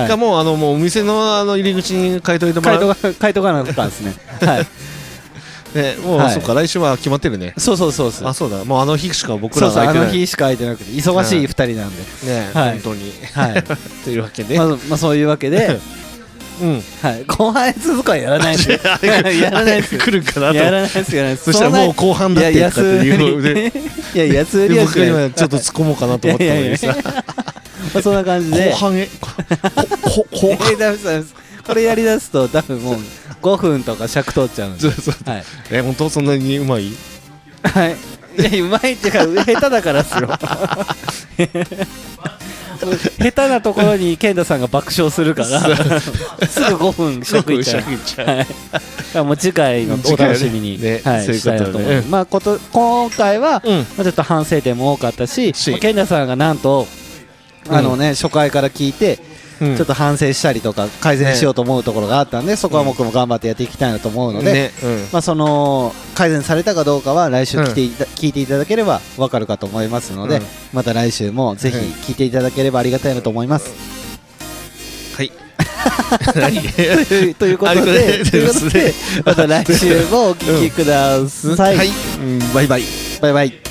Speaker 2: はい
Speaker 3: がもうあのもうお店のあの入り口に書いといてもら
Speaker 2: 回答
Speaker 3: う
Speaker 2: が回答がなかったんですねはい
Speaker 3: ねもう、
Speaker 2: はい
Speaker 3: そうか来週は決まってるね
Speaker 2: そうそうそうそう
Speaker 3: あ そうだもうあの日しか僕
Speaker 2: そ
Speaker 3: ら
Speaker 2: うそう
Speaker 3: は
Speaker 2: あ
Speaker 3: 空
Speaker 2: の
Speaker 3: いてない
Speaker 2: 日しか空いてなくて忙しい2人なんで、
Speaker 3: ね、
Speaker 2: はい
Speaker 3: 本当に、
Speaker 2: はい
Speaker 3: というわけ で、
Speaker 2: まあまあ、そういうわけで、
Speaker 3: うん
Speaker 2: はい、後半へ続くはやらない ですよやらないですよ
Speaker 3: 来るかなと
Speaker 2: やら
Speaker 3: 思
Speaker 2: な
Speaker 3: っ
Speaker 2: いですよね。
Speaker 3: そしたらもう後半だって
Speaker 2: いや
Speaker 3: とかっていうので
Speaker 2: いや安売
Speaker 3: て
Speaker 2: り
Speaker 3: で
Speaker 2: は
Speaker 3: 僕
Speaker 2: しな
Speaker 3: が
Speaker 2: い
Speaker 3: 今ちょっと突っ込もうかなと思ったのに
Speaker 2: い
Speaker 3: さ
Speaker 2: やいやいやまあそんな感じで
Speaker 3: 後。 半へこここ後
Speaker 2: え
Speaker 3: 半
Speaker 2: ーダメですダメですこれやりだすと多分もう5分とか尺取っちゃうんで
Speaker 3: そう。そう
Speaker 2: はい。
Speaker 3: え本当そんなにうまい
Speaker 2: はい。いやうまいっていうか下手だからっ すよ。下手なところに健太さんが爆笑するからすぐ5分尺いっちゃう。
Speaker 3: 尺いっちゃう
Speaker 2: はい、だからもう次回のお楽しみに、
Speaker 3: 次回ねね
Speaker 2: はい、
Speaker 3: そういうこと
Speaker 2: した
Speaker 3: ね
Speaker 2: いなと思います、
Speaker 3: うん
Speaker 2: まあ、こと今回は、
Speaker 3: うん
Speaker 2: まあ、ちょっと反省点も多かったし、
Speaker 3: し
Speaker 2: まあ、健太さんがなんとあの、ね初回から聞いて、
Speaker 3: うん
Speaker 2: ちょっと反省したりとか改善しようと思うところがあったんで、そこは僕も頑張ってやっていきたいなと思うので、
Speaker 3: ねうん
Speaker 2: まあ、その改善されたかどうかは来週来ていた、聞いていただければ分かるかと思いますので、
Speaker 3: うん
Speaker 2: また来週もぜひ聞いていただければありがたいなと思います。
Speaker 3: はい何
Speaker 2: という ということ
Speaker 3: ありがと
Speaker 2: で、
Speaker 3: うございます
Speaker 2: ということでまた来週もお聞きください。
Speaker 3: はい、うん、バイバイ
Speaker 2: バイバイ。